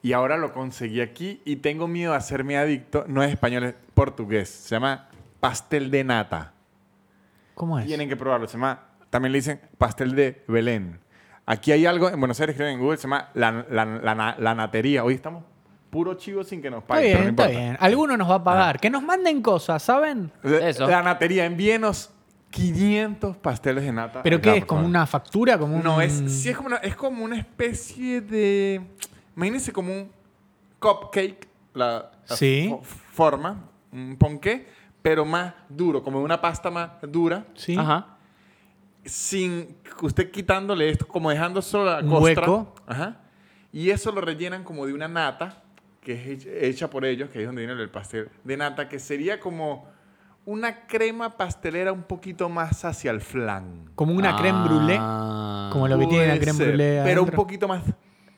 S3: Y ahora lo conseguí aquí y tengo miedo a hacerme adicto. No es español, es portugués. Se llama pastel de nata.
S1: ¿Cómo es?
S3: Tienen que probarlo. Se llama, también le dicen pastel de Belén. Aquí hay algo, en Buenos Aires creen en Google, se llama la, la, la, la- la natería. Hoy estamos puro chivo sin que nos
S1: Está
S3: paguen.
S1: bien,
S3: pero no
S1: está
S3: importa.
S1: bien. Alguno nos va a pagar.
S2: Ah.
S1: Que nos manden cosas, ¿saben?
S3: La-
S2: Eso.
S3: La natería, envíenos 500 pasteles de nata.
S1: ¿Pero qué
S3: acá,
S1: es?
S3: por
S1: ¿Como
S3: favor.
S1: una factura? Como un...
S3: No, es, sí, es, como una, es como una especie de... Imagínense como un cupcake, la, la
S1: Sí.
S3: fo- forma, un ponqué, pero más duro, como una pasta más dura,
S1: Sí.
S2: Ajá.
S3: sin usted quitándole esto, como dejando solo la
S1: Un
S3: costra.
S1: hueco.
S3: Ajá. Y eso lo rellenan como de una nata que es hecha- hecha por ellos, que es donde viene el pastel de nata, que sería como una crema pastelera un poquito más hacia el flan.
S1: Como una creme brûlée. Como lo que tiene la
S3: Puede
S1: creme
S3: ser,
S1: brûlée.
S3: Pero un
S1: adentro.
S3: poquito más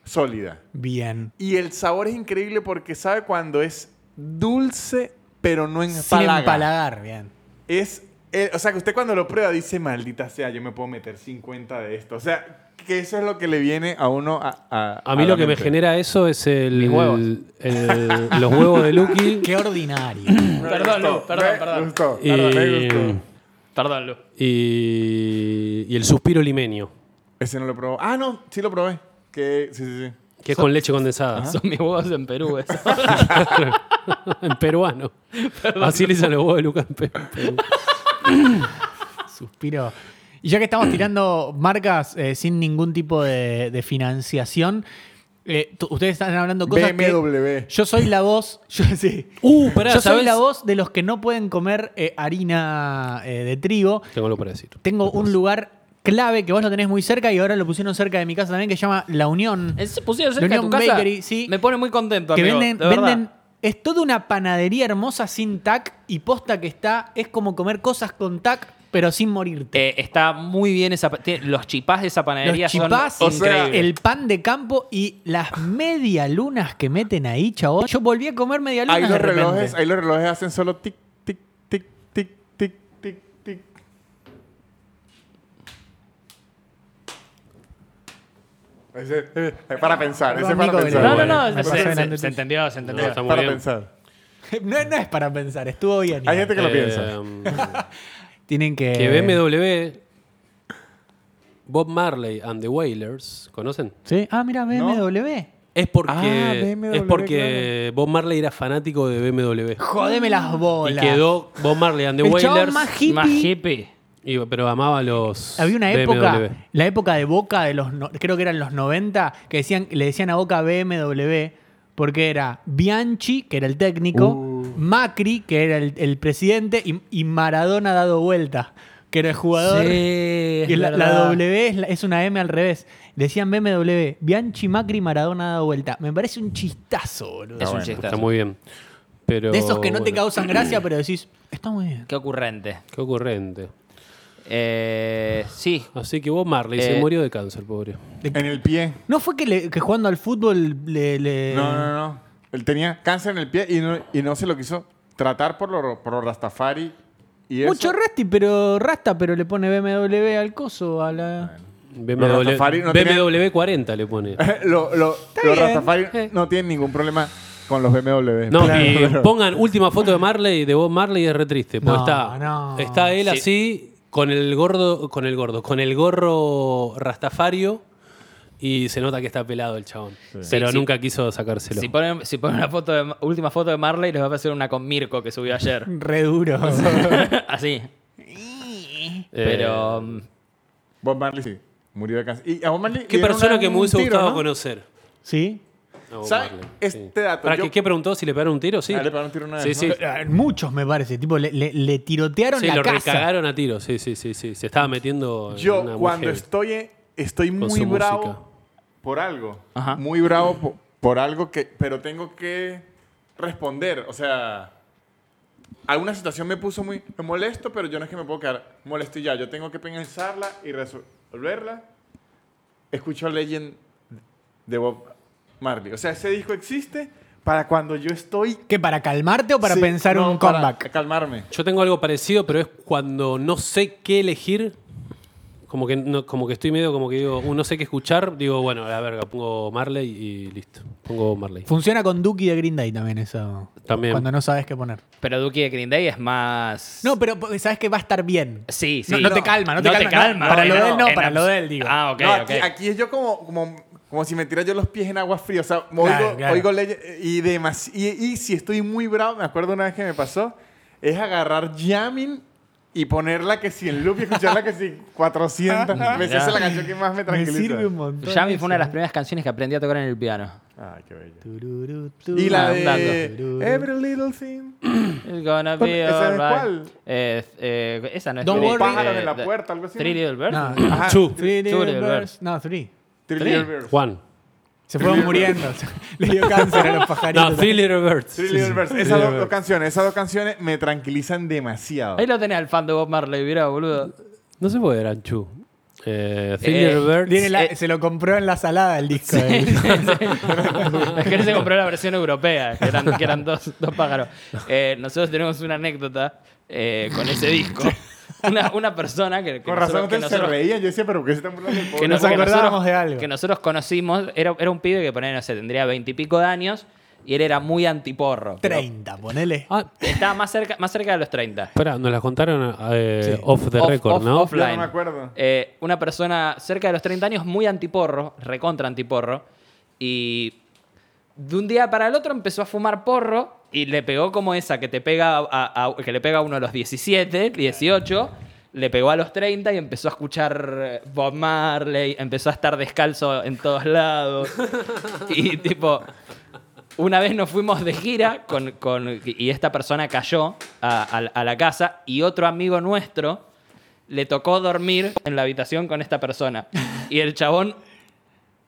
S3: sólida.
S1: Bien.
S3: Y el sabor es increíble porque sabe cuando es dulce, pero no
S1: Sin
S3: empalaga.
S1: empalagar, bien.
S3: Es, eh, o sea, que usted cuando lo prueba dice, maldita sea, yo me puedo meter 50 de esto. O sea, que eso es lo que le viene a uno a... A,
S4: A mí
S3: a
S4: lo
S3: la
S4: que me
S3: mente.
S4: genera eso es el.
S2: Mis huevos.
S4: el- los huevos
S2: [LAUGHS]
S4: de Lucky.
S1: Qué ordinario. [COUGHS]
S3: Me
S2: Perdón,
S3: gustó,
S2: Lu, perdón,
S3: me
S2: perdón.
S3: gustó,
S4: Y-
S3: me gustó.
S2: Perdón, Lu.
S4: y, y el suspiro limeño,
S3: Ese no lo probó. Ah, no, sí lo probé. Que, sí, sí, sí.
S4: que es con leche condensada.
S2: Son mis huevos en Perú, eso.
S1: [LAUGHS]
S4: en
S2: [LAUGHS]
S4: peruano. Así le dicen los huevos de Luca en Perú.
S1: Suspiro. Y ya que estamos tirando marcas eh, sin ningún tipo de, de financiación, eh, tú- ustedes están hablando cosas que-
S3: BMW.
S1: Yo soy la voz... Yo, sí.
S4: Uh, pará,
S1: yo soy
S4: ¿sabes?
S1: la voz de los que no pueden comer eh, harina eh, de trigo.
S4: Tengo lo para decir.
S1: Tengo un lugar clave que vos lo tenés muy cerca y ahora lo pusieron cerca de mi casa también que se llama La Unión.
S2: ¿Se pusieron cerca
S1: La
S2: de tu
S1: Unión
S2: casa?
S1: Bakery, sí.
S2: Me pone muy contento,
S1: que
S2: amigo,
S1: venden,
S2: de verdad.
S1: venden- es toda una panadería hermosa sin tac y posta que está, es como comer cosas con tac pero sin morirte.
S2: Eh, está muy bien esa... pa- tiene- los chipás de esa panadería
S1: Los chipás,
S2: son
S3: o sea,
S2: increíbles.
S1: El pan de campo y las medialunas que meten ahí, chabón. Yo volví a comer medialunas
S3: Ahí
S1: de
S3: los,
S1: repente.
S3: relojes, ahí los relojes hacen solo tic, tic, tic, tic, tic, tic, tic. Ese- eh, para pensar, ese es para
S1: Nico
S3: pensar.
S2: No, no,
S1: Belén.
S2: no.
S1: Me pasó
S2: se- se-
S1: delante
S2: se,
S1: tuyo.
S2: entendió, se entendió.
S4: Está muy
S3: Para
S4: bien.
S3: pensar.
S1: [LAUGHS] no, no es para pensar, estuvo bien.
S3: Hay gente que lo piensa.
S4: Eh,
S1: Tienen que...
S4: que BMW Bob Marley and the Wailers, ¿conocen?
S1: ¿Sí? Ah, mira, BMW.
S4: Es porque,
S3: Ah, BMW,
S4: es porque Bob Marley era fanático de BMW.
S1: Jodeme las
S4: Y
S1: bolas.
S4: quedó Bob Marley and the
S1: El chabón
S4: Wailers.
S1: más hippie.
S2: Más hippie.
S4: y- pero amaba los.
S1: Había una
S4: BMW.
S1: época, la época de Boca de los, no- creo que eran los 90, que decían, le decían a Boca BMW porque era Bianchi, que era el técnico, Macri, que era el, el presidente, y, y Maradona dado vuelta, que era el jugador.
S2: Sí,
S1: Y
S2: es
S1: la, la
S2: verdad.
S1: W es, la- es una M al revés. Decían BMW, Bianchi, Macri, Maradona dado vuelta. Me parece un chistazo, boludo.
S2: Es un
S3: bueno,
S2: chiste.
S4: Está muy bien. Pero,
S1: De esos que no te
S4: bueno,
S1: causan gracia, pero decís, está muy bien.
S2: Qué ocurrente.
S4: Qué ocurrente.
S2: Eh, sí.
S4: Así que Bob Marley
S2: Eh,
S4: se murió de cáncer, pobre.
S3: En el pie.
S1: ¿No fue que, le- que jugando al fútbol le... le-
S3: No, no, no. Él tenía cáncer en el pie y no, y no se lo quiso tratar por lo, por lo Rastafari. Y eso.
S1: Mucho Rasti, pero Rasta, pero le pone BMW al coso a la.
S4: BMW,
S3: Rastafari no tenían-
S4: BMW 40 le pone.
S3: [LAUGHS] lo, lo, los
S1: bien.
S3: Rastafari no tienen ningún problema con los BMW.
S4: No,
S3: Claro,
S4: y
S3: [LAUGHS] pero-
S4: pongan última foto de Marley, de Bob Marley, y es re triste. Porque
S1: No,
S4: está,
S1: no.
S4: está él
S2: Sí.
S4: así, con el gordo, con el gordo, con el gorro rastafario, y se nota que está pelado el chabón. Pero
S2: Sí, sí.
S4: nunca quiso sacárselo.
S2: Si ponen, si ponen una foto de- última foto de Marley, les va a aparecer una con Mirko que
S1: [LAUGHS]
S2: subió ayer. [LAUGHS]
S1: Re duro.
S2: Así.
S4: Eh,
S2: Pero. mm,
S3: Bob Marley sí. Murió de cáncer. Y a Bob Marley
S4: Qué
S3: le dieron
S4: persona
S3: una-
S4: que me
S3: un
S4: hubiese
S3: tiro,
S4: gustado
S3: ¿no?
S4: conocer.
S1: ¿Sí?
S4: a Bob
S3: ¿Sabe?
S4: Marley,
S3: Este dato,
S4: ¿Para
S3: yo-
S4: qué, qué preguntó? ¿Si le pegaron un tiro? Sí.
S3: Ah, le pegaron un tiro una vez,
S4: Sí,
S3: ¿no?
S4: sí.
S1: Eh, Muchos me parece. Tipo, le, le- le tirotearon
S4: Sí,
S1: la
S4: lo
S1: casa.
S4: recagaron a tiro. Sí, sí, sí, sí. Se estaba metiendo. en
S3: Yo
S4: una muy
S3: cuando
S4: heavy.
S3: estoy en- estoy muy
S4: su
S3: bravo
S4: música.
S3: por algo,
S2: Ajá.
S3: muy bravo po- por, algo que, pero tengo que responder, o sea, alguna situación me puso muy me molesto, pero yo no es que me puedo quedar molesto y ya, yo tengo que pensarla y resolverla. Escucho Legend de Bob Marley, o sea, ese disco existe para cuando yo estoy
S1: ¿Qué? ¿Para calmarte o para
S3: Sí,
S1: pensar
S3: no,
S1: un
S3: para
S1: comeback?
S3: calmarme.
S4: Yo tengo algo parecido, pero es cuando no sé qué elegir. Como que, no, como que estoy medio como que digo, uh, no sé qué escuchar. Digo, bueno, a la verga, pongo Marley y listo. Pongo Marley.
S1: Funciona con Duki de Green Day también eso.
S4: También.
S1: Cuando no sabes qué poner.
S2: Pero Duki de Green Day es más.
S1: No, pero pues, sabes que va a estar bien.
S2: Sí, sí.
S1: No, no te calma, no te calma. no. para lo
S2: no,
S1: de él no,
S2: en
S1: para
S2: abs-
S1: lo de él digo.
S2: Ah, ok,
S3: No, aquí,
S2: ok.
S3: aquí es yo como, como, como si me tirara yo los pies en agua fría. O sea, me
S1: Claro,
S3: oigo,
S1: claro.
S3: oigo leyes y demás. Y, y si estoy muy bravo, me acuerdo una vez que me pasó, es agarrar Yamin y ponerla que si en loop y escucharla que si 400 veces. Esa es la canción que más me
S1: me
S3: tranquiliza.
S1: sirve un montón.
S2: Yami fue una de las
S1: eso.
S2: primeras canciones que aprendí a tocar en el piano.
S3: Ay, qué bello.
S1: Tururú,
S3: Y la
S1: Ah, tururú.
S3: de eh, Every Little Thing.
S2: It's
S3: ¿Cuál-
S2: gonna be
S3: esa es
S2: alright.
S3: cuál?
S2: Eh, eh, esa no es.
S1: Don't
S2: Three-
S1: worry.
S3: Pájaros en la
S2: the-
S3: puerta, algo así,
S2: Three
S3: ¿no?
S2: Little Birds.
S1: No,
S3: Ajá.
S4: Chu.
S1: Three little
S2: Little
S1: birds. No, three.
S3: Three
S2: Three.
S3: Ah, Little Birds.
S4: Juan.
S1: Se fueron muriendo. [LAUGHS] Le dio cáncer a los pajaritos.
S4: No, Three Little Birds.
S3: Three
S4: Sí,
S3: Little
S4: sí.
S3: Birds.
S4: Three
S3: Esas
S4: Little
S3: dos, dos
S4: Birds.
S3: canciones, esas dos canciones me tranquilizan demasiado.
S2: Ahí lo tenés al fan de Bob Marley, mirá, boludo.
S4: No se puede, eran Chu. Eh, Three
S2: Eh,
S4: Little Birds.
S1: Tiene la-
S2: Eh,
S1: se lo compró en la salada el disco. él.
S2: Es que él se compró la versión europea, que eran, que eran dos, dos pájaros. Eh, nosotros tenemos una anécdota eh, con ese disco. Una, una persona que, que
S3: Con
S2: nosotros-
S3: razón
S2: que
S3: ustedes se
S2: nosotros-
S3: reían. Yo decía, pero ¿por qué se están burlando del
S2: que
S3: pobre?
S1: nos
S2: nosotros-
S1: acordábamos de algo.
S2: Que nosotros conocimos, era, era un pibe que ponía, no sé, tendría veintipico de años y él era muy antiporro. pero
S1: 30, ponele.
S4: Ah,
S2: Estaba más cerca, más cerca de los 30.
S4: espera, nos la contaron eh,
S1: Sí.
S4: off the
S2: Off-
S4: record,
S2: off-
S4: ¿no?
S2: offline.
S3: Yo no me acuerdo.
S2: Eh, una persona cerca de los 30 años, muy antiporro, recontra antiporro. Y de un día para el otro empezó a fumar porro y le pegó como esa que te pega a, a- que le pega a uno a los 17, 18. Le pegó a los 30 y empezó a escuchar eh, Bob Marley, empezó a estar descalzo en todos lados. y tipo, una vez nos fuimos de gira con, con- y esta persona cayó a, a- a la casa y otro amigo nuestro le tocó dormir en la habitación con esta persona. Y el chabón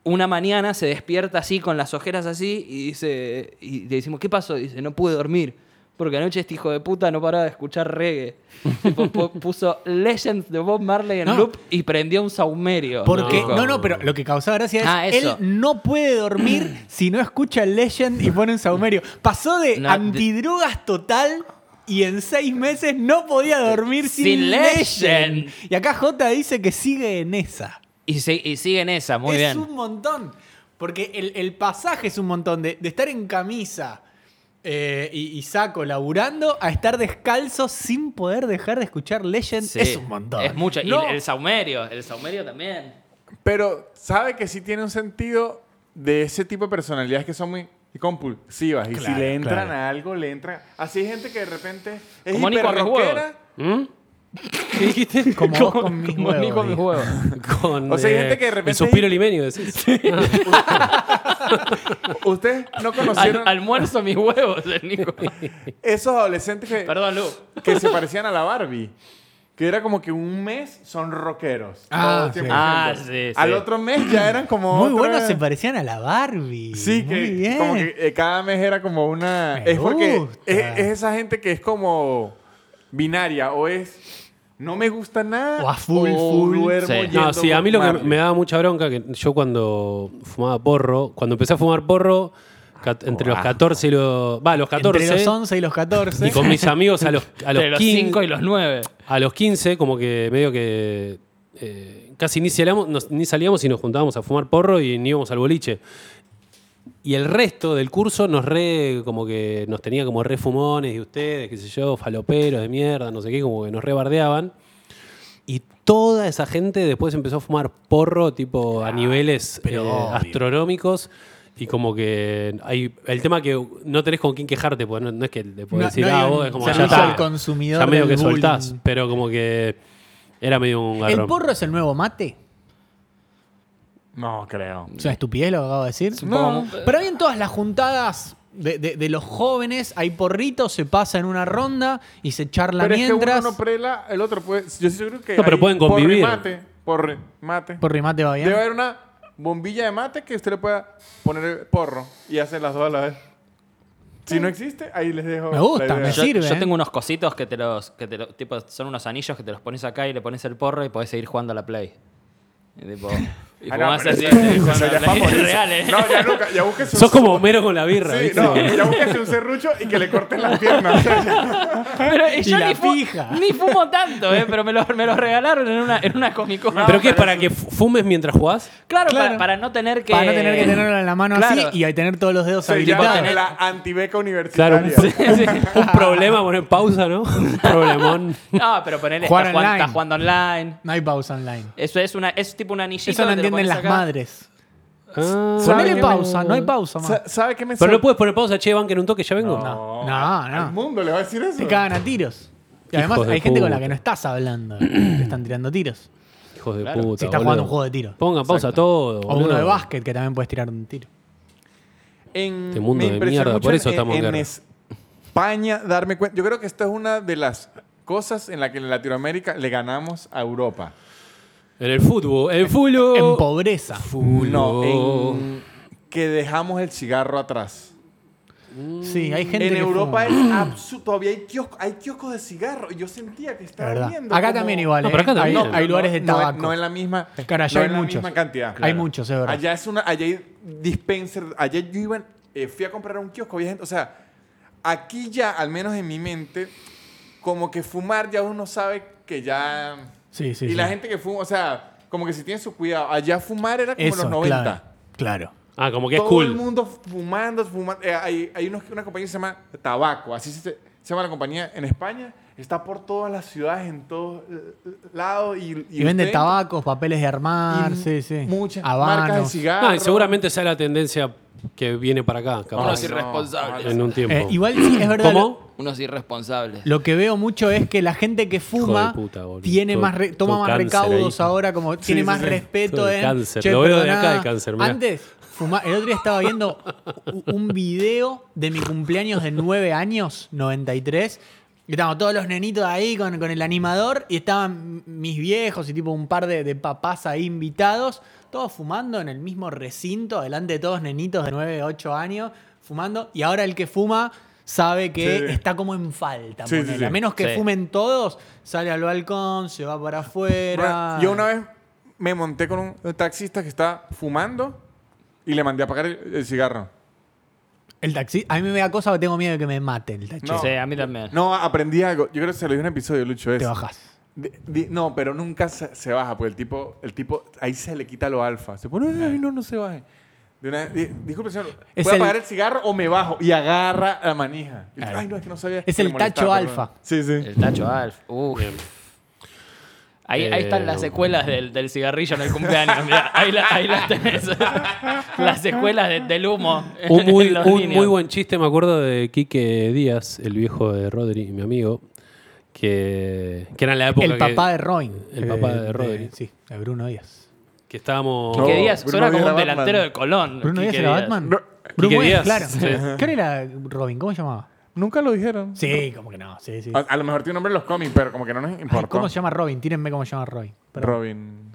S2: una mañana se despierta así con las ojeras así y dice y le decimos, ¿qué pasó? Y dice, no pude dormir. Porque anoche este hijo de puta no paraba de escuchar reggae. Tipo, pu- puso Legends de Bob Marley en
S1: No.
S2: loop y prendió un saumerio.
S1: Porque,
S2: loco.
S1: no. no, pero lo que causaba gracia es
S2: Ah,
S1: él
S2: eso.
S1: no puede dormir si no escucha Legend y pone un saumerio. Pasó de
S2: No, de-
S1: antidrogas total y en seis meses no podía dormir sin,
S2: Sin
S1: Legend.
S2: Legend.
S1: Y acá J dice que sigue en esa.
S2: Y, se- y sigue en esa, muy
S1: es
S2: bien.
S1: un montón. Porque el, el pasaje es un montón de, de estar en camisa eh, y, y Saco laburando a estar descalzo sin poder dejar de escuchar Legend.
S2: Sí,
S1: Es un montón.
S2: Es mucho.
S1: No.
S2: Y el- el saumerio, el saumerio también.
S3: Pero sabe que sí tiene un sentido de ese tipo de personalidades que son muy compulsivas. Y si
S1: Claro,
S3: le entran
S1: claro.
S3: a algo, le entran. Así hay gente que de repente es
S2: Como Nico a mis
S3: hiperrockera.
S4: ¿Mm? ¿Qué dijiste?
S1: Como vos con mis
S2: Como
S1: huevos,
S2: Nico a mis
S1: dijo.
S2: huevos.
S4: Con, eh,
S3: O sea, hay gente que de
S4: El
S3: repente-
S4: suspiro limeño, decís.
S3: Ustedes no
S2: Al-
S3: conocieron
S2: almuerzo a mis huevos, el
S1: [LAUGHS]
S2: Nico.
S3: esos adolescentes que,
S2: Perdón, Lu.
S3: que se parecían a la Barbie. Que era como que un mes son rockeros.
S1: Ah,
S3: todo el
S1: sí.
S3: tiempo.
S2: Ah, sí, sí.
S3: Al otro mes ya eran como.
S1: Muy
S3: otra-
S1: buenos se parecían a la Barbie.
S3: Sí,
S1: Muy
S3: que
S1: bien.
S3: como que eh, cada mes era como una.
S1: Me
S3: es porque
S1: gusta.
S3: es, es esa gente que es como binaria o es no me gusta nada
S1: O a full,
S3: o
S1: full.
S3: duermo
S2: Sí.
S3: yendo
S4: No, sí, a mí lo
S3: con
S4: que
S3: Marley.
S4: me daba mucha bronca, que yo cuando fumaba porro, cuando empecé a fumar porro, cat- entre los 14 y los... Va, a los 14.
S1: Entre los 11 y los 14.
S4: y con mis amigos a los, a los,
S2: Entre los
S4: 15,
S2: 5 y los 9.
S4: a los 15, como que medio que eh, casi ni salíamos, nos- ni salíamos y nos juntábamos a fumar porro y ni íbamos al boliche. Y el resto del curso nos re, como que nos tenía como re fumones de ustedes, qué sé yo, faloperos de mierda, no sé qué, como que nos rebardeaban. Y toda esa gente después empezó a fumar porro, tipo a niveles eh, astronómicos. Y como que hay el tema que no tenés con quién quejarte, porque no, no es que le podés
S1: No-
S4: decir,
S1: no hay
S4: ah,
S1: un
S4: vos", es como
S1: servicio
S4: ya está,
S1: al consumidor
S4: ya medio
S1: del
S4: que soltás,
S1: bullying.
S4: pero como que era medio un
S1: ¿El
S4: garrón.
S1: porro es el nuevo mate?
S3: No, creo.
S1: Es una estupidez lo que acabo de decir.
S2: un poco mu-
S1: Para mí en todas las juntadas de, de- de los jóvenes hay porritos, se pasa en una ronda y se charla
S3: Pero
S1: mientras.
S3: es que uno no prela, el otro puede. Yo sí creo que.
S4: No, pero
S3: hay
S4: pueden convivir.
S3: Por mate. Por mate.
S1: Porro y mate va bien.
S3: Debe haber una bombilla de mate que usted le pueda poner el porro y hacer las dos a la vez. Si no existe, ahí les dejo.
S1: Me gusta,
S3: la idea. Ah,
S1: me
S2: Yo,
S1: sirve,
S2: yo
S1: ¿eh?
S2: tengo unos cositos que te los. Que te lo- tipo, son unos anillos que te los pones acá y le pones el porro y podés seguir jugando a la Play. Y
S1: [LAUGHS]
S2: tipo. Y
S3: Ah,
S2: como
S3: no,
S2: vas
S3: pero
S2: así, [LAUGHS]
S3: eso-
S2: seguís
S3: eso
S2: jugando
S3: ya
S2: a
S3: es
S2: la Play.
S3: famoso.
S2: Es [LAUGHS] real, ¿eh?
S3: No, ya, nunca, ya busques un-
S4: Sos como Homero con la birra,
S3: Sí,
S4: ¿viste?
S3: no, ya búsquese un serrucho y que le corten
S1: [LAUGHS]
S3: las piernas. O sea,
S2: Pero eh,
S1: Y
S2: yo
S1: la
S2: ni, fu-
S1: pija.
S2: ni fumo tanto, ¿eh? Pero me los me los regalaron en una, en una Comic Con.
S4: ¿Pero qué es para que fu- fumes mientras jugás?
S2: Claro,
S1: Claro.
S2: Para, para no tener que.
S1: Para no tener que
S2: [LAUGHS]
S1: tenerlo en la mano
S2: Claro.
S1: así y ahí tener todos los dedos
S3: Se llama
S1: habilitados.
S3: la antibeca
S4: Claro, un,
S3: universitaria.
S4: [LAUGHS] un problema, poner
S1: [LAUGHS]
S4: pausa, ¿no? Un problemón.
S2: No, Ah, pero ponele.
S1: Jugar
S2: Estás jugando,
S1: online.
S2: estás jugando online.
S1: No hay pausa online.
S2: Eso es, una, es tipo un anillito.
S1: Eso no
S2: que te lo
S1: entienden
S2: pones
S1: las
S2: acá.
S1: madres.
S4: Ah.
S1: Ponele
S3: que
S1: pausa, no hay pausa más.
S3: Sa- ¿Sabe qué me
S4: pero no
S3: sor-
S4: puedes poner pausa, che, banquen un toque, ya vengo.
S1: No, no.
S3: Al mundo le va a decir eso.
S1: Te cagan a tiros. Y además
S4: Hijos de
S1: hay gente con la
S4: puta.
S1: que no estás
S4: [CLEARS THROAT]
S1: hablando. Te están tirando tiros.
S4: Hijos de
S2: Claro.
S4: puta.
S1: Si estás
S4: boludo.
S1: jugando un juego de tiro.
S4: Pongan pausa
S1: Exacto.
S4: todo.
S1: O uno
S4: boludo.
S1: de básquet que también puedes tirar un tiro.
S3: En,
S4: Este mundo
S3: me
S4: de
S3: impresionó
S4: mierda,
S3: mucho
S4: por eso
S3: en-
S4: estamos en
S3: en,
S4: guerra.
S3: España darme cuenta. Yo creo que esta es una de las cosas en la que en Latinoamérica le ganamos a Europa.
S4: En el fútbol. El
S3: Oh.
S4: fútbol.
S1: En pobreza.
S3: No, en que dejamos el cigarro atrás.
S1: Sí, hay gente
S3: En
S1: que fuma.
S3: Europa es absurdo. Todavía hay, kios- hay kioscos de cigarro. Y Yo sentía que
S1: La
S3: estaba
S1: verdad.
S3: viendo.
S1: Acá
S3: como-
S1: también igual.
S4: No,
S1: ¿eh?
S4: pero acá
S1: Hay-
S4: también.
S1: hay, lugares de
S3: no-
S1: tabaco.
S3: No, en la misma.
S1: Claro, allá
S3: no
S1: hay
S3: en la
S1: muchos.
S3: misma cantidad.
S1: Hay muchos, es verdad.
S3: Allá es una. Allá hay dispenser. Allá yo iba. eh, fui a comprar a un kiosco. Había gente. O sea, aquí ya, al menos en mi mente, como que fumar ya uno sabe que ya.
S1: Sí, sí,
S3: Y
S1: sí.
S3: la gente que fuma, o sea, como que si tiene su cuidado. Allá fumar era como
S1: Eso,
S3: los 90.
S1: Claro. claro.
S4: Ah, como que es
S3: Todo el
S4: cool.
S3: mundo fumando, fumando. Eh, hay hay unos- una compañía que se llama Tabaco, así se, se llama la compañía en España. Está por todas las ciudades, en todos eh, lados. Y,
S1: Y, vende
S3: usted-
S1: tabacos, papeles de armar,
S3: y
S1: sí, sí.
S3: Muchas marcas de
S1: Habanos. Eh,
S3: cigarros.
S4: Ah, y seguramente sea la tendencia que viene para acá, capaz.
S2: Unos
S3: no,
S2: irresponsables.
S4: en un tiempo.
S1: Eh, igual sí, es verdad.
S4: ¿Cómo?
S2: Unos irresponsables.
S1: Lo que veo mucho es que la gente que fuma
S4: Hijo de puta, boludo.
S1: tiene
S4: Todo-
S1: más re- toma
S4: todo
S1: más
S4: cáncer
S1: recaudos
S4: ahí.
S1: ahora, como tiene
S3: sí,
S1: más
S3: sí.
S1: respeto
S4: Todo de
S1: en
S4: cáncer. Lo veo de acá de cáncer, mirá.
S1: Antes fuma- el otro día estaba viendo u- un video de mi cumpleaños de 9 años, 93. Y estaban todos los nenitos ahí con, con el animador y estaban mis viejos y tipo un par de, de papás ahí invitados, todos fumando en el mismo recinto, delante de todos nenitos de 9, 8 años, fumando. Y ahora el que fuma sabe que
S3: Sí.
S1: está como en falta.
S3: Sí, sí,
S1: ponele.
S3: sí.
S1: A menos que
S2: Sí.
S1: fumen todos, sale al balcón, se va para afuera.
S3: Bueno, Yo una vez me monté con un taxista que estaba fumando y le mandé a pagar el, el cigarro.
S1: El taxi, a mí me da cosa porque tengo miedo de que me maten el taxi.
S3: No.
S2: Sí, a mí también.
S3: No, aprendí algo. Yo creo que se lo dije en un episodio, Lucho. Es,
S1: Te bajas.
S3: de- de- no, pero pues nunca se, se baja, porque el tipo, el tipo, ahí se le quita lo alfa. Se pone, ay, no, no se baje. De una, di- disculpe, señor.
S1: Es
S3: ¿Puedo
S1: el-
S3: apagar el cigarro o me bajo? Y agarra la manija. Y, Ay, no, es que no sabía.
S1: Es
S3: que le
S1: el tacho
S3: molestaba,
S1: alfa.
S3: perdón. Sí, sí.
S2: El Tacho Alf. Uf. Ahí, ahí
S4: Eh,
S2: están las secuelas del, del cigarrillo en el cumpleaños. mirá. ahí, la- ahí
S3: [LAUGHS]
S2: las tenés. las secuelas de- del humo.
S4: Un muy,
S2: en [LAUGHS] los
S4: un
S2: niños.
S4: muy buen chiste, me acuerdo de Quique Díaz, el viejo de Rodri, mi amigo, que, que era en la época
S1: El
S4: que-
S1: papá de Roin.
S4: el papá de Rodri.
S1: Sí, de Bruno Díaz.
S4: que estábamos...
S3: No,
S2: Quique Díaz
S3: Bruno
S2: suena como
S3: Díaz
S2: un
S3: era Batman.
S2: delantero de Colón.
S1: ¿Bruno
S2: Quique
S1: Díaz era
S2: Díaz.
S1: Batman?
S3: No,
S1: Bruno
S4: Quique
S1: Díaz,
S4: Díaz.
S1: claro.
S4: Sí.
S1: [LAUGHS] ¿Qué hora era Robin? ¿Cómo se llamaba?
S3: Nunca lo dijeron.
S1: Sí, como que no. Sí, sí.
S3: A, a lo mejor tiene un nombre en los cómics, pero como que no nos
S1: Ay,
S3: importa.
S1: ¿Cómo se llama Robin? Tírenme cómo se llama Robin. Perdón.
S3: Robin.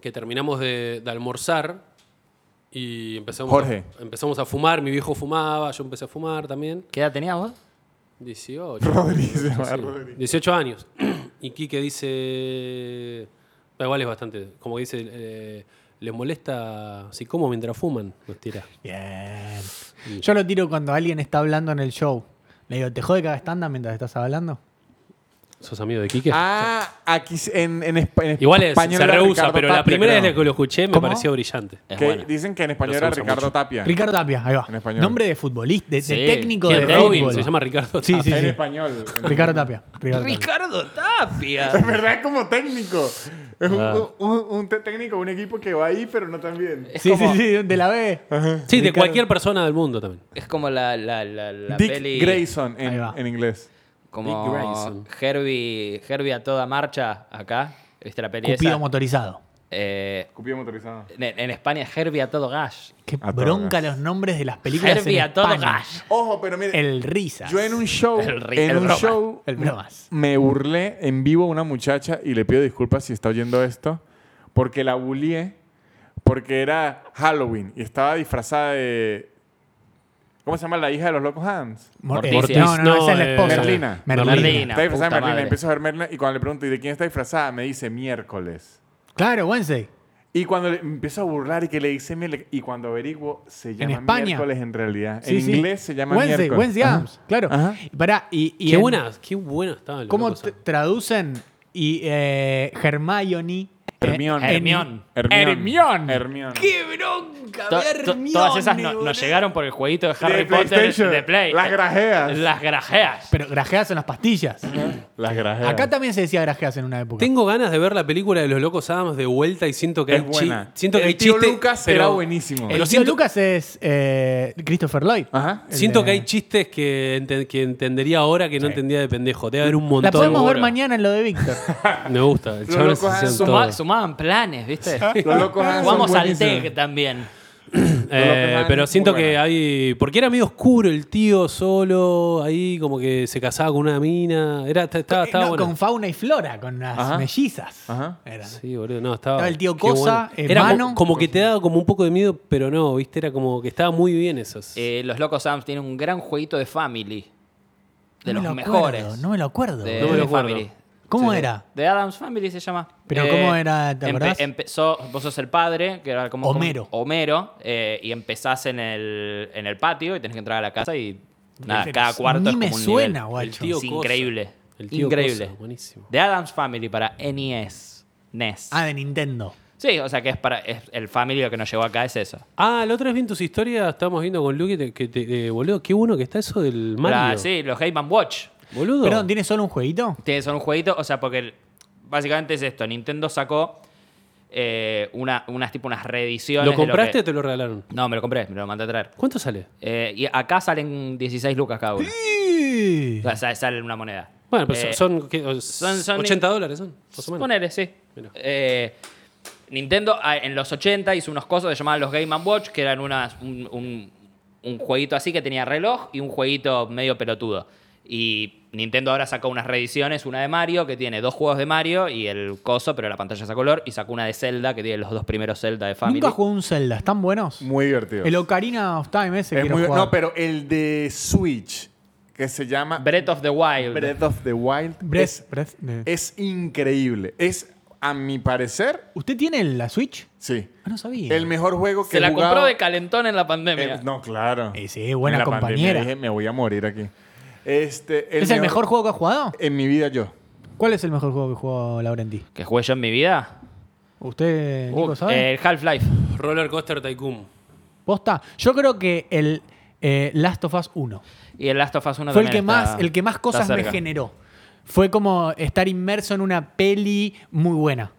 S4: que terminamos de, de almorzar y empezamos,
S3: Jorge.
S4: A, empezamos a fumar. Mi viejo fumaba, yo empecé a fumar también.
S2: ¿Qué edad tenías vos?
S4: 18.
S3: Rodri se llama
S4: sí,
S3: Rodri.
S4: 18 años. [CLEARS THROAT] Y Quique dice. da Igual es bastante. Como que dice. eh, les molesta si como mientras fuman. Nos tira.
S1: Bien. Yo lo tiro cuando alguien está hablando en el show. Le digo, ¿te jode cada estándar mientras estás hablando?
S4: ¿Sos amigo de Quique?
S3: Ah, aquí se- en, en, espa- en
S4: Igual es,
S3: español
S4: se
S3: era
S4: rehúsa,
S3: Ricardo
S4: pero la
S3: Tapia,
S4: primera
S3: creo.
S4: vez que lo escuché me
S1: ¿Cómo?
S4: pareció brillante.
S2: Es
S3: Que
S2: bueno.
S3: Dicen que en español
S4: Lo se
S3: era
S4: usa
S3: Ricardo
S4: mucho.
S3: Tapia.
S1: Ricardo Tapia, ahí va.
S3: En español.
S1: Nombre de futbolista, de, de
S2: Sí.
S1: técnico
S2: ¿Quién?
S1: de
S2: Robin,
S1: fútbol.
S4: se llama Ricardo
S1: Sí, sí,
S4: Tapia.
S3: En
S1: sí.
S3: español.
S1: Ricardo Tapia. Ricardo Tapia.
S2: Ricardo Tapia.
S3: En [LAUGHS] verdad es como técnico. Es un,
S4: Ah.
S3: un- un- un te- técnico, un equipo que va ahí, pero no tan bien.
S1: Sí, sí, sí, de la B.
S4: Sí, de cualquier persona del mundo también.
S2: Es como la, la, la, la
S3: Dick
S2: peli.
S3: Grayson
S1: Ahí
S3: en,
S1: va.
S3: en inglés.
S4: Dick
S2: Como
S4: Grayson.
S2: Herbie, Herbie a toda marcha acá. ¿Viste la peli
S1: Cupido
S2: esa?
S1: motorizado.
S2: Eh,
S3: Cupido motorizado.
S2: en, en España, Herbie a todo gas.
S1: Qué
S3: A todo
S1: bronca
S3: gas.
S1: los nombres de las películas en
S2: Herbie a todo
S1: España.
S2: gas.
S3: Ojo, pero mire.
S1: El risas.
S3: Yo en un show,
S2: El ri-
S3: en
S2: el
S3: un
S2: bromas.
S3: show,
S1: El bromas.
S3: me burlé en vivo a una muchacha y le pido disculpas si está oyendo esto, porque la bullié, porque era Halloween y estaba disfrazada de... ¿Cómo se llama la hija de los locos Hans?
S1: Mor- eh,
S2: Morticia.
S1: No, no, no, esa es la
S4: eh,
S1: esposa.
S3: Merlina.
S1: Merlina.
S2: Merlina.
S3: Está disfrazada de
S2: puta
S3: Merlina,
S2: madre.
S3: empiezo a ver Merlina y cuando le pregunto, ¿y de quién está disfrazada? Me dice miércoles.
S1: Claro, Wednesday.
S3: Y cuando le empiezo a burlar y que le dice miércoles, y cuando averiguo, se llama
S1: España.
S3: miércoles en realidad.
S1: Sí,
S3: en
S1: sí.
S3: inglés se llama
S1: Wednesday,
S3: miércoles.
S1: Wednesday ah.
S3: Ajá.
S1: Adams, claro.
S3: Ajá.
S1: Y pará, y, y
S4: qué
S1: en-
S4: buena, qué buena estaba. la
S1: ¿Cómo
S4: cosa.
S1: te- traducen? Y eh, Hermione. eh,
S3: Hermión.
S1: en-
S2: Hermión.
S3: Hermión. Hermión.
S1: ¡Qué bronca!
S2: To-
S1: ver
S2: to-
S1: Hermione,
S2: todas esas no-
S1: boludo.
S2: nos llegaron por el jueguito de Harry
S3: De
S2: Potter
S3: PlayStation.
S2: de Play.
S3: Las grajeas.
S2: Las grajeas.
S1: Pero grajeas en las pastillas.
S3: Las grajeas.
S1: Acá también se decía grajeas en una época.
S4: Tengo ganas de ver la película de los locos Adams de vuelta y siento que
S3: Es
S4: hay chi-
S3: buena.
S4: Siento que
S3: El
S4: hay
S3: tío
S4: chiste,
S3: Lucas
S4: pero
S3: era buenísimo.
S1: El
S4: lo
S1: tío
S4: siento-
S1: Lucas es eh, Christopher Lloyd.
S3: Ajá.
S1: El
S4: Siento
S1: de-
S4: que hay chistes que, ente- que entendería ahora que no entendía de Ah, pendejo. Debe haber un montón.
S1: La podemos ver
S4: Seguro.
S1: mañana en lo de Víctor.
S4: Me gusta. El
S3: Los
S4: chabón
S3: locos
S4: se hacía
S3: Adams
S4: todo.
S2: Suma- sumaban
S3: [LAUGHS]
S2: planes, ¿viste?
S3: Los locos Adams son
S2: Jugamos al
S3: buenísimos.
S2: TEC también.
S4: Eh,
S3: Adams
S4: pero
S3: es
S4: siento
S3: muy
S4: que
S3: buena.
S4: hay. Porque era medio oscuro el tío solo, ahí como que se casaba con una mina. Era, ta- estaba, estaba
S1: Eh, No,
S4: bueno.
S1: Con fauna y flora, con las
S3: Ajá.
S1: mellizas.
S3: Ajá.
S1: Era.
S4: Sí, boludo, no, estaba.
S1: Estaba el tío
S4: qué
S1: Cosa,
S4: bueno.
S1: eh,
S4: Era co-
S1: Mano.
S4: como que te daba como un poco de miedo, pero no, viste, era como que estaba muy bien eso.
S2: Eh, los Locos Adams tienen un gran jueguito de Family. De
S1: No me
S2: los
S1: lo acuerdo,
S2: mejores.
S1: no me lo acuerdo.
S2: de,
S4: No me lo
S2: de
S4: acuerdo.
S2: Family.
S1: ¿Cómo
S2: Sí.
S1: era?
S2: De Adams Family se llama. Eh,
S1: Pero ¿cómo era? ¿Te
S2: empe-
S1: acordás?
S2: empezó, vos sos el padre, que era como...
S1: Homero.
S2: como- Homero, eh, y empezás en el, en el patio y tenés que entrar a la casa y... Nada,
S1: Pero
S2: cada
S1: es-
S2: cuarto
S1: ni
S2: es como
S1: me
S2: un
S1: suena,
S2: nivel.
S1: guacho.
S2: Es
S4: El tío Cosa.
S2: increíble.
S4: El tío
S2: increíble.
S4: Cosa, buenísimo.
S2: De Adams Family para E NES. NES.
S1: Ah, de Nintendo.
S2: Sí, o sea que es para es el Family lo que nos llevó acá es eso.
S4: Ah, la otra vez vi en tus historias, estábamos viendo con Luke, te- que te, eh, boludo, qué bueno que está eso del Mario.
S2: La- Ah, sí, los Game Watch.
S4: Boludo.
S1: Perdón, ¿tiene solo un jueguito?
S2: Tiene- son un jueguito, o sea, porque el- básicamente es esto. Nintendo sacó eh, una, unas tipo unas reediciones.
S4: ¿Lo
S2: de
S4: compraste
S2: que-
S4: o te lo regalaron?
S2: No, me lo compré, me lo mandé a traer.
S4: ¿Cuánto sale?
S2: Eh, y acá salen 16 lucas cada uno. O sea, sale una moneda.
S4: Bueno, pero
S2: Eh,
S4: son, ¿qué? O-
S2: son-
S4: 80 dólares, son, más o menos.
S2: Ponele, sí.
S4: Mira.
S2: Eh, Nintendo ah, en los 80 hizo unos cosas que se llamaban los Game and Watch, que eran unas, un, un- un jueguito así que tenía reloj y un jueguito medio pelotudo. Y Nintendo ahora sacó unas reediciones, una de Mario, que tiene dos juegos de Mario y el coso, pero la pantalla es a color, y sacó una de Zelda, que tiene los dos primeros Zelda de Family.
S1: Nunca jugué un Zelda, ¿están buenos?
S3: Muy divertido.
S1: El Ocarina of Time ese
S3: Es
S1: quiero
S3: muy-
S1: jugar.
S3: no, pero el de Switch, que se llama
S2: Breath of the Wild.
S3: Breath of the Wild,
S1: Breath,
S3: es,
S1: Breath, eh.
S3: es increíble. Es, a mi parecer,
S1: ¿Usted tiene la Switch?
S3: sí.
S1: Ah, no sabía.
S3: El mejor juego que
S2: Se la
S3: he jugado-
S2: compró de calentón en la pandemia.
S3: Eh, no, claro.
S1: Eh, sí, buena
S3: En la pandemia
S1: compañera.
S3: dije, me voy a morir aquí. Este,
S1: ¿Es el mejor juego que has jugado?
S3: En mi vida yo.
S1: ¿Cuál es el mejor juego que jugó Laurenti?
S2: Que jugué yo en mi vida.
S1: ¿Usted, Nico,
S2: Uh,
S1: sabe?
S2: el Half-Life.
S4: Roller Coaster Tycoon.
S1: Posta. Yo creo que el eh, Last of Us 1
S2: Y el Last of Us 1
S1: fue el
S2: también
S1: que,
S2: está-
S1: más, el que más
S2: está
S1: cosas me
S2: cerca.
S1: generó. Fue como estar inmerso en una peli muy buena.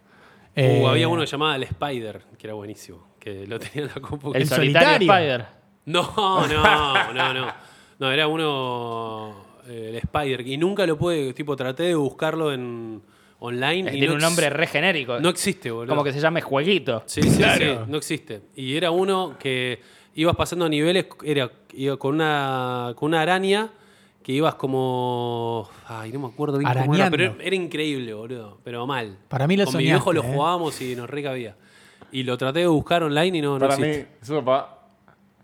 S1: Eh,
S4: Uh, había uno llamado El Spider, que era buenísimo, que lo [LAUGHS] tenía en la compu.
S2: El
S1: El
S2: solitario,
S1: solitario.
S2: Spider.
S4: No, no, no, no. No, era uno. eh, el Spider. Y nunca lo pude. Tipo, traté de buscarlo en online. y
S2: Eh, Tiene
S4: no
S2: un
S4: ex-
S2: nombre re genérico.
S4: No existe, boludo.
S2: como que se llame Jueguito.
S4: Sí, sí, sí, no existe. Y era uno que ibas pasando niveles, era iba con una con una araña que ibas como ay, no me acuerdo bien cómo era,
S1: Arañando.
S4: pero era increíble, boludo, pero mal.
S1: Para mí lo
S4: Con mi
S1: soñaste,
S4: viejo lo
S1: eh.
S4: jugábamos y nos recabía. Y lo traté de buscar online y no, no
S3: Para mí,
S4: existe.
S3: su papá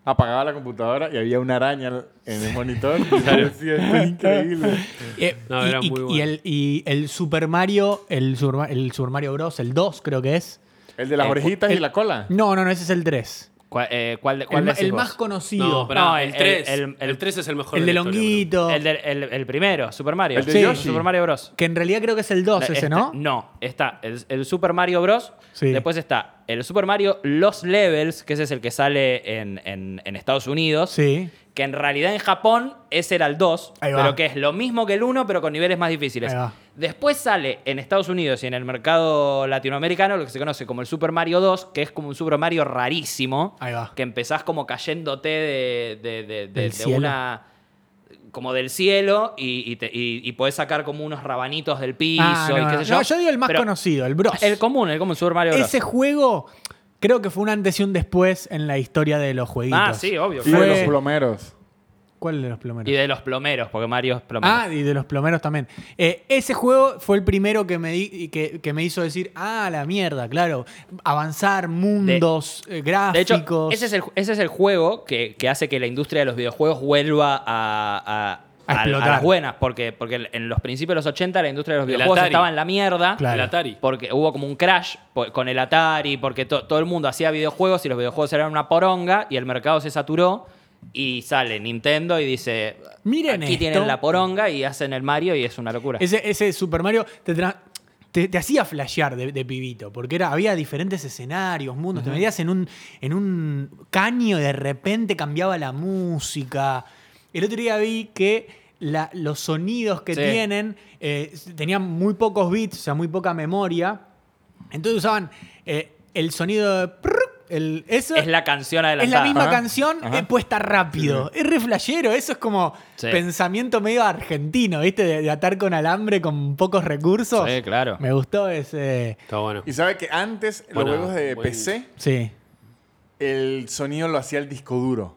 S3: apagaba la computadora y había una araña en
S1: [LAUGHS]
S3: el monitor. Sí, esto es increíble.
S1: eh,
S4: No,
S1: y,
S4: era
S1: y-
S4: muy
S1: y
S4: bueno.
S1: el, y el Super Mario, el Super, Ma- el Super Mario Bros, el 2 creo que es.
S3: El de las
S2: Eh,
S3: orejitas y
S1: el-
S3: la cola.
S1: No, no, no, ese es el 3.
S2: ¿Cuál, eh, cuál,
S1: El,
S2: cuál
S1: ma-
S2: decís
S1: el
S2: vos?
S1: más conocido.
S4: No, pará,
S2: No, el-
S4: el 3.
S2: el-
S4: El,
S2: el-
S4: 3 es el mejor
S1: el
S4: de
S1: del
S4: la historia, boludo.
S1: honguito.
S2: El, del- el- el primero, Super Mario.
S3: El de
S2: Sí.
S3: Yoshi.
S2: Super Mario Bros.
S1: Que en realidad creo que es el 2
S2: La-
S1: ese,
S2: está-
S1: ¿no?
S2: No, está el, el Super Mario Bros.
S1: Sí.
S2: Después está el Super Mario Los Levels, que ese es el que sale en, en- en Estados Unidos.
S1: Sí.
S2: Que en realidad en Japón ese era el 2,
S1: Ahí va.
S2: pero que es lo mismo que el 1, pero con niveles más difíciles.
S1: Ahí va.
S2: Después sale en Estados Unidos y en el mercado latinoamericano lo que se conoce como el Super Mario 2, que es como un Super Mario rarísimo.
S1: Ahí va.
S2: Que empezás como cayéndote de, de- de- de-
S1: Del
S2: de
S1: cielo.
S2: una. como del cielo y, y, te- y- y podés sacar como unos rabanitos del piso
S1: Ah, no,
S2: y qué
S1: no.
S2: sé yo.
S1: No, yo digo el más
S2: Pero
S1: conocido, el Bros.
S2: El común, el común Super Mario Bros.
S1: Ese juego creo que fue un antes y un después en la historia de los jueguitos.
S2: Ah, sí, obvio.
S3: Y
S2: claro.
S3: de
S1: Fue-
S3: los plomeros.
S1: ¿Cuál de los plomeros?
S2: Y de los plomeros, porque Mario es plomero.
S1: Ah, y de los plomeros también. Eh, ese juego fue el primero que me, di- y que, que me hizo decir, ah, la mierda, claro. Avanzar mundos, eh,
S2: de
S1: gráficos.
S2: hecho, ese es el, ese es el juego que, que hace que la industria de los videojuegos vuelva a, a-
S1: A
S2: a- a
S1: explotar.
S2: las buenas, porque, porque en los principios de los 80 la industria de los
S4: El
S2: videojuegos
S4: Atari.
S2: estaba en la mierda.
S1: Claro.
S4: El Atari.
S2: Porque hubo como un crash po- con el Atari, porque to- todo el mundo hacía videojuegos y los videojuegos eran una poronga y el mercado se saturó y sale Nintendo y dice,
S1: Miren
S2: aquí
S1: esto".
S2: tienen la poronga y hacen el Mario y es una locura.
S1: Ese, ese Super Mario te, tra- te, te hacía flashear de, de pibito, porque era, había diferentes escenarios, mundos. Te metías en un, en un caño y de repente cambiaba la música. El otro día vi que la- los sonidos que
S2: Sí.
S1: tienen eh, tenían muy pocos bits, o sea, muy poca memoria. Entonces usaban eh, el sonido de... prrr, el, eso,
S2: es la canción
S1: es la
S2: adelantada.
S1: misma
S3: Ajá,
S1: canción
S3: ajá.
S1: eh, puesta rápido. Es re flashero. Eso es como
S2: Sí.
S1: pensamiento medio argentino, ¿viste? De, de atar con alambre con pocos recursos.
S2: Sí, claro.
S1: Me gustó ese.
S4: Está bueno.
S3: Y sabe que antes
S4: Bueno,
S3: los juegos de
S4: buen-
S3: PC,
S1: Sí.
S3: el sonido lo hacía el disco duro.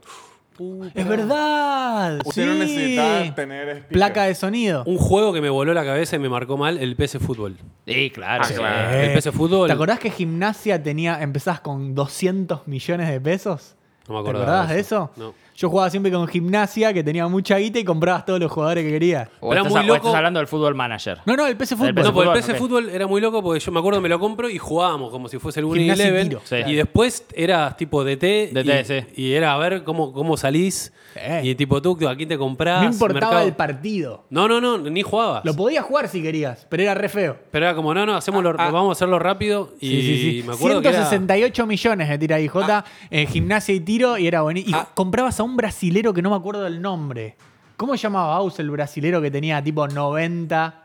S1: Es verdad.
S3: Usted
S1: sí.
S3: no este necesitaba tener speaker.
S1: placa de sonido.
S4: Un juego que me voló la cabeza y me marcó mal, el PC Fútbol.
S2: Sí, claro.
S3: Ah,
S2: sí.
S3: claro.
S1: Eh,
S4: el PC Fútbol.
S1: ¿Te acordás que gimnasia tenía, empezás con 200 millones de pesos?
S4: No me
S1: ¿Te
S4: acordaba
S1: acordabas de
S4: de
S1: eso?
S4: eso. No.
S1: Yo jugaba siempre con gimnasia, que tenía mucha guita y comprabas todos los jugadores que querías.
S2: O,
S4: Pero
S2: estás,
S4: muy
S2: o estás
S4: loco-
S2: hablando del fútbol manager.
S1: No, no, el PC Fútbol.
S2: PC
S4: No, porque el
S2: Fútbol,
S4: PC
S2: ok.
S4: Fútbol era muy loco porque yo me acuerdo me lo compro y jugábamos como si fuese el Winning
S1: Gimnasia y
S4: Eleven.
S1: tiro.
S2: Sí.
S4: Y después era tipo DT.
S2: DT,
S4: y,
S2: sí.
S4: y era a ver cómo, cómo salís.
S1: Eh.
S4: Y tipo tú, aquí te comprás.
S1: No importaba
S4: mercado.
S1: el partido.
S4: No, no, no, ni jugabas.
S1: Lo podías jugar si querías, pero era re feo.
S4: Pero era como, no, no,
S1: Ah,
S4: hacémoslo, vamos a hacerlo rápido. Y me acuerdo
S1: 168 millones de tira IJ,
S2: Ah.
S1: eh, gimnasia y tiro, y era bonito. Y
S4: Ah.
S1: comprabas a un brasilero que no me acuerdo el nombre. ¿Cómo llamaba Aus el brasilero que tenía tipo 90?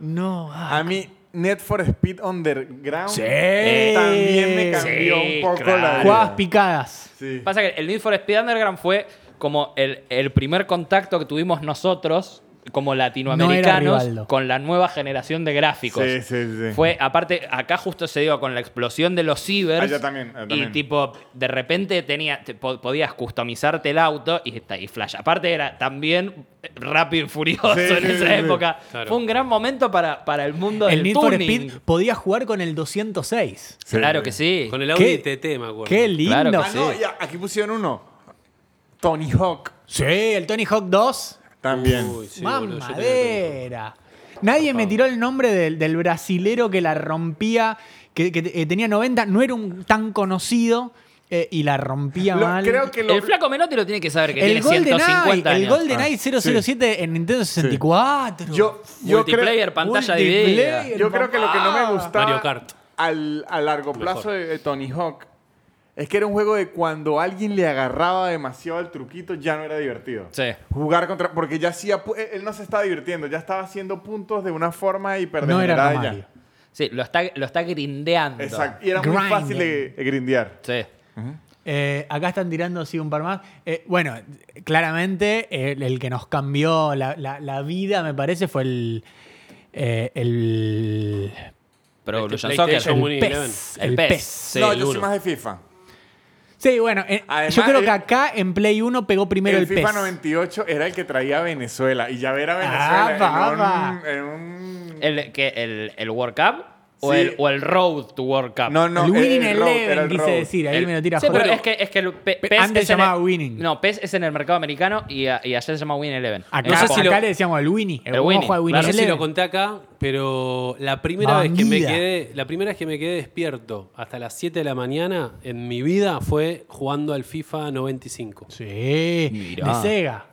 S1: No, ah.
S3: A mí, Net for Speed Underground eh,
S1: Sí.
S3: también me cambió
S2: Sí,
S3: un poco
S2: claro.
S3: la
S1: jugabas
S3: vida.
S1: picadas.
S3: Sí.
S2: Pasa que el Need for Speed Underground fue como el, el primer contacto que tuvimos nosotros como latinoamericanos
S1: Rivaldo.
S2: con la nueva generación de gráficos.
S3: Sí, sí, sí.
S2: Fue, aparte, acá justo se dio con la explosión de los cibers.
S3: Allá Ah, también, allá
S2: Y
S3: también.
S2: tipo, de repente tenía, te- po- podías customizarte el auto y, está- y flash. Aparte era también rápido y furioso
S3: Sí,
S2: en
S3: sí,
S2: esa
S3: sí, sí.
S2: época.
S4: Claro.
S2: Fue un gran momento para, para el mundo
S1: El
S2: del
S1: Need for
S2: tuning.
S1: Speed podías jugar con el 206.
S3: Sí.
S2: Claro que sí.
S4: Con el Audi
S1: ¿Qué?
S4: TT, me acuerdo.
S1: Qué lindo.
S2: Claro que
S3: Ah, no, y a- aquí pusieron uno. Tony Hawk
S1: Sí, el Tony Hawk 2.
S3: también.
S4: Uy, sí, boludo, yo tenía el teléfono.
S1: Mamadera. Nadie me tiró el nombre del, del brasilero que la rompía, que, que, eh, tenía 90, no era un tan conocido eh, y la rompía
S3: Lo-
S1: mal.
S3: creo que lo-
S2: El flaco Menotti lo tiene que saber, que tiene
S1: Golden Eye,
S2: 150 años. Ah.
S1: el Golden
S4: Ah,
S1: Eye 007 en Nintendo 64.
S3: yo, yo creo,
S2: Multiplayer, Ah. pantalla
S1: Multiplayer,
S2: dividida.
S3: yo creo que lo que no me gustaba
S4: Mario Kart.
S3: Al, a largo
S4: Mejor.
S3: plazo de de Tony Hawk Es que era un juego de cuando alguien le agarraba demasiado al truquito, ya no era divertido.
S2: Sí.
S3: Jugar contra. Porque ya hacía. pu- Él él no se estaba divirtiendo, ya estaba haciendo puntos de una forma
S1: No era
S3: hiperdegenerada.
S1: Mario.
S3: ya.
S2: Sí, lo está, lo está grindeando.
S3: Exacto. Y era muy
S1: Grinding.
S3: fácil de, de grindear.
S2: Sí.
S1: Eh, acá están tirando sí un par más. Eh, bueno, claramente eh, el, que nos cambió la, la- la vida, me parece, fue el. eh, el.
S2: Pero Evolution Soccer.
S4: PlayStation
S2: El,
S4: Winning
S1: PES,
S4: Eleven.
S2: el
S1: el
S2: PES.
S1: PES.
S2: Sí,
S3: no,
S2: el
S3: yo soy
S2: uno.
S3: más de FIFA.
S1: Sí, bueno, eh,
S3: Además,
S1: yo creo que
S3: eh,
S1: acá en Play 1 pegó primero el,
S3: el FIFA
S1: PES.
S3: 98 era el que traía a Venezuela. Y ya ver a
S1: Ah,
S3: Venezuela en, un, en un-
S2: El, que- el- el World Cup o,
S3: Sí.
S2: el, o el Road to World Cup.
S3: No, no,
S1: el Winning
S3: road, era
S1: Eleven,
S3: el
S1: quise
S3: road.
S1: decir. Ahí
S2: El-
S1: me lo tira
S2: sí,
S1: Jorge.
S2: pero es que, es que el Pe-
S1: Pe-
S2: PES
S1: antes
S2: es en
S1: llamaba
S2: el-
S1: Winning.
S2: No, PES es en el mercado americano y, a- y allá se llama Win Eleven.
S1: Acá,
S2: En
S4: sé
S2: Japón.
S4: si lo-
S1: acá le decíamos el Winnie.
S2: El
S1: El,
S2: Winnie,
S1: Winnie
S4: No
S2: claro.
S4: sé si
S1: Eleven.
S4: lo conté acá, pero la primera vez que me
S1: Bandida.
S4: quedé, la primera vez que me quedé despierto hasta las 7 de la mañana en mi vida fue jugando al FIFA 95.
S1: Sí,
S2: Mirá.
S1: de Sega.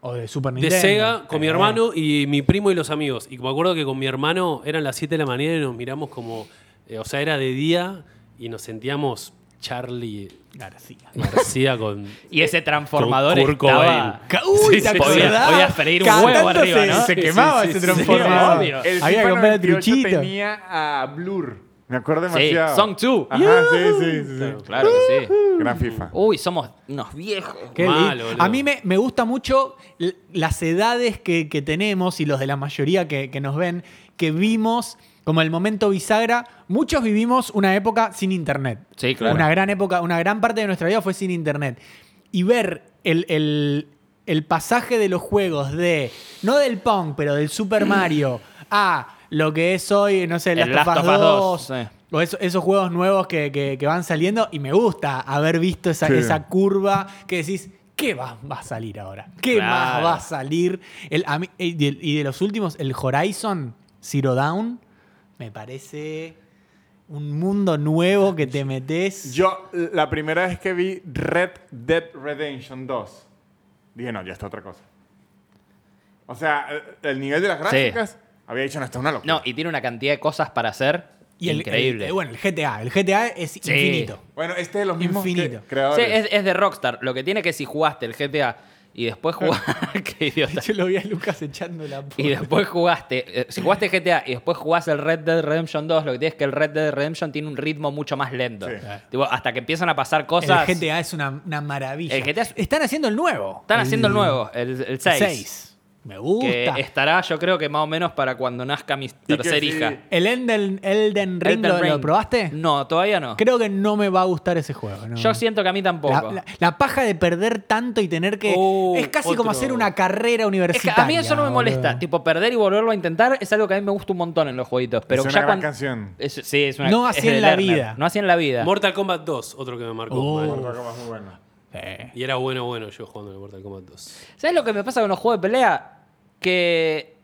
S1: O de Super
S4: De
S1: Nintendo.
S4: Sega con mi
S1: Eh.
S4: hermano y mi primo y los amigos. Y me acuerdo que con mi hermano eran las 7 de la mañana y nos miramos como, eh, o sea, era de día y nos sentíamos Charlie
S1: García. [LAUGHS]
S4: García con
S2: Y
S1: Eh,
S2: ese transformador
S4: Kurt
S2: estaba...
S4: Cobain.
S1: Ca- Uy,
S4: Sí,
S1: ¿te
S4: sí,
S2: podías-
S1: acordás?
S2: podías freír un
S1: Cada
S2: huevo
S1: tanto
S2: arriba,
S1: se,
S2: ¿no?
S1: se
S4: Sí,
S1: quemaba
S4: sí,
S1: ese
S4: sí,
S1: transformador.
S2: sí, obvio.
S1: Había
S3: El
S1: que
S3: FIFA
S1: comprar el
S3: 98
S1: truchito.
S3: tenía a Blur. Me acuerdo
S2: Sí,
S3: demasiado.
S2: Song 2.
S3: Ajá, sí, sí, sí. sí.
S2: Claro que sí.
S3: Gran FIFA.
S2: Uy, somos unos viejos.
S1: Qué
S4: Mal,
S1: lindo.
S4: boludo.
S1: a mí me, me gusta mucho l- las edades que, que tenemos y los de la mayoría que, que nos ven, que vimos como el momento bisagra. Muchos vivimos una época sin internet.
S2: Sí, claro.
S1: Una gran época, una gran parte de nuestra vida fue sin internet. Y ver el, el- el pasaje de los juegos de, no del Pong, pero del Super Mario a lo que es hoy, no sé, el
S2: El
S1: Last of Us 2,
S2: sí.
S1: o eso- esos juegos nuevos que, que- que van saliendo. Y me gusta haber visto esa,
S3: Sí.
S1: esa curva que decís, ¿qué va, va a salir ahora? ¿Qué
S2: Claro.
S1: más va a salir? El- a mí- y, de, y de los últimos, el Horizon Zero Down, me parece un mundo nuevo que te metes.
S3: Yo, la primera vez que vi Red Dead Redemption 2, dije, no, ya está otra cosa. O sea, el- el nivel de las gráficas, había dicho, no, está una locura.
S2: No, y tiene una cantidad de cosas para hacer
S1: y el,
S2: increíble.
S1: el- bueno, el GTA. El GTA es infinito. [LAUGHS]
S3: bueno, este es de los mismos que-
S1: Infinito.
S2: Sí,
S3: creadores.
S2: es, es de Rockstar. Lo que tiene que si jugaste el GTA y después
S3: Eh.
S2: jugaste... [LAUGHS]
S3: [LAUGHS]
S2: Qué idiota.
S1: Yo lo vi a Lucas echando la puta.
S2: Y después jugaste, eh, si jugaste GTA y después jugás el Red Dead Redemption 2, lo que tienes es que el Red Dead Redemption tiene un ritmo mucho más lento.
S3: Sí.
S2: Tipo, hasta que empiezan a pasar cosas.
S1: Eh. el GTA es una, una maravilla.
S2: El GTA es-
S1: Están haciendo el nuevo.
S2: Están haciendo el nuevo, el, 6.
S1: 6. Me gusta.
S2: Que estará, yo creo que más o menos para cuando nazca mi
S3: que
S2: tercer
S3: sí.
S2: hija.
S1: ¿El Elden, Elden Ring
S2: Elden
S1: lo, lo
S2: Ring.
S1: probaste?
S2: No, todavía no.
S1: Creo que no me va a gustar ese juego. no.
S2: Yo siento que a mí
S1: la,
S2: tampoco.
S1: la- la paja de perder tanto y tener que.
S4: Oh,
S1: es casi
S4: otro.
S1: como hacer una carrera
S2: Uh, Es que
S1: universitaria.
S2: a mí eso no me molesta.
S1: boludo.
S2: Tipo, perder y volverlo a intentar es algo que a mí me gusta un montón en los jueguitos. Pero
S3: Es una
S2: ya
S3: gran
S2: cuando-
S3: canción.
S2: Es- sí, es una
S1: No
S2: es
S1: así
S2: de
S1: en la
S2: Lerner.
S1: vida.
S2: No así en la vida.
S4: Mortal Kombat 2, otro que me marcó.
S1: Oh.
S4: mal.
S3: Otra cosa muy buena.
S1: Eh,
S4: Y era bueno, bueno yo jugando al Mortal Kombat 2.
S2: ¿Sabes lo que me pasa con los juegos de pelea? Que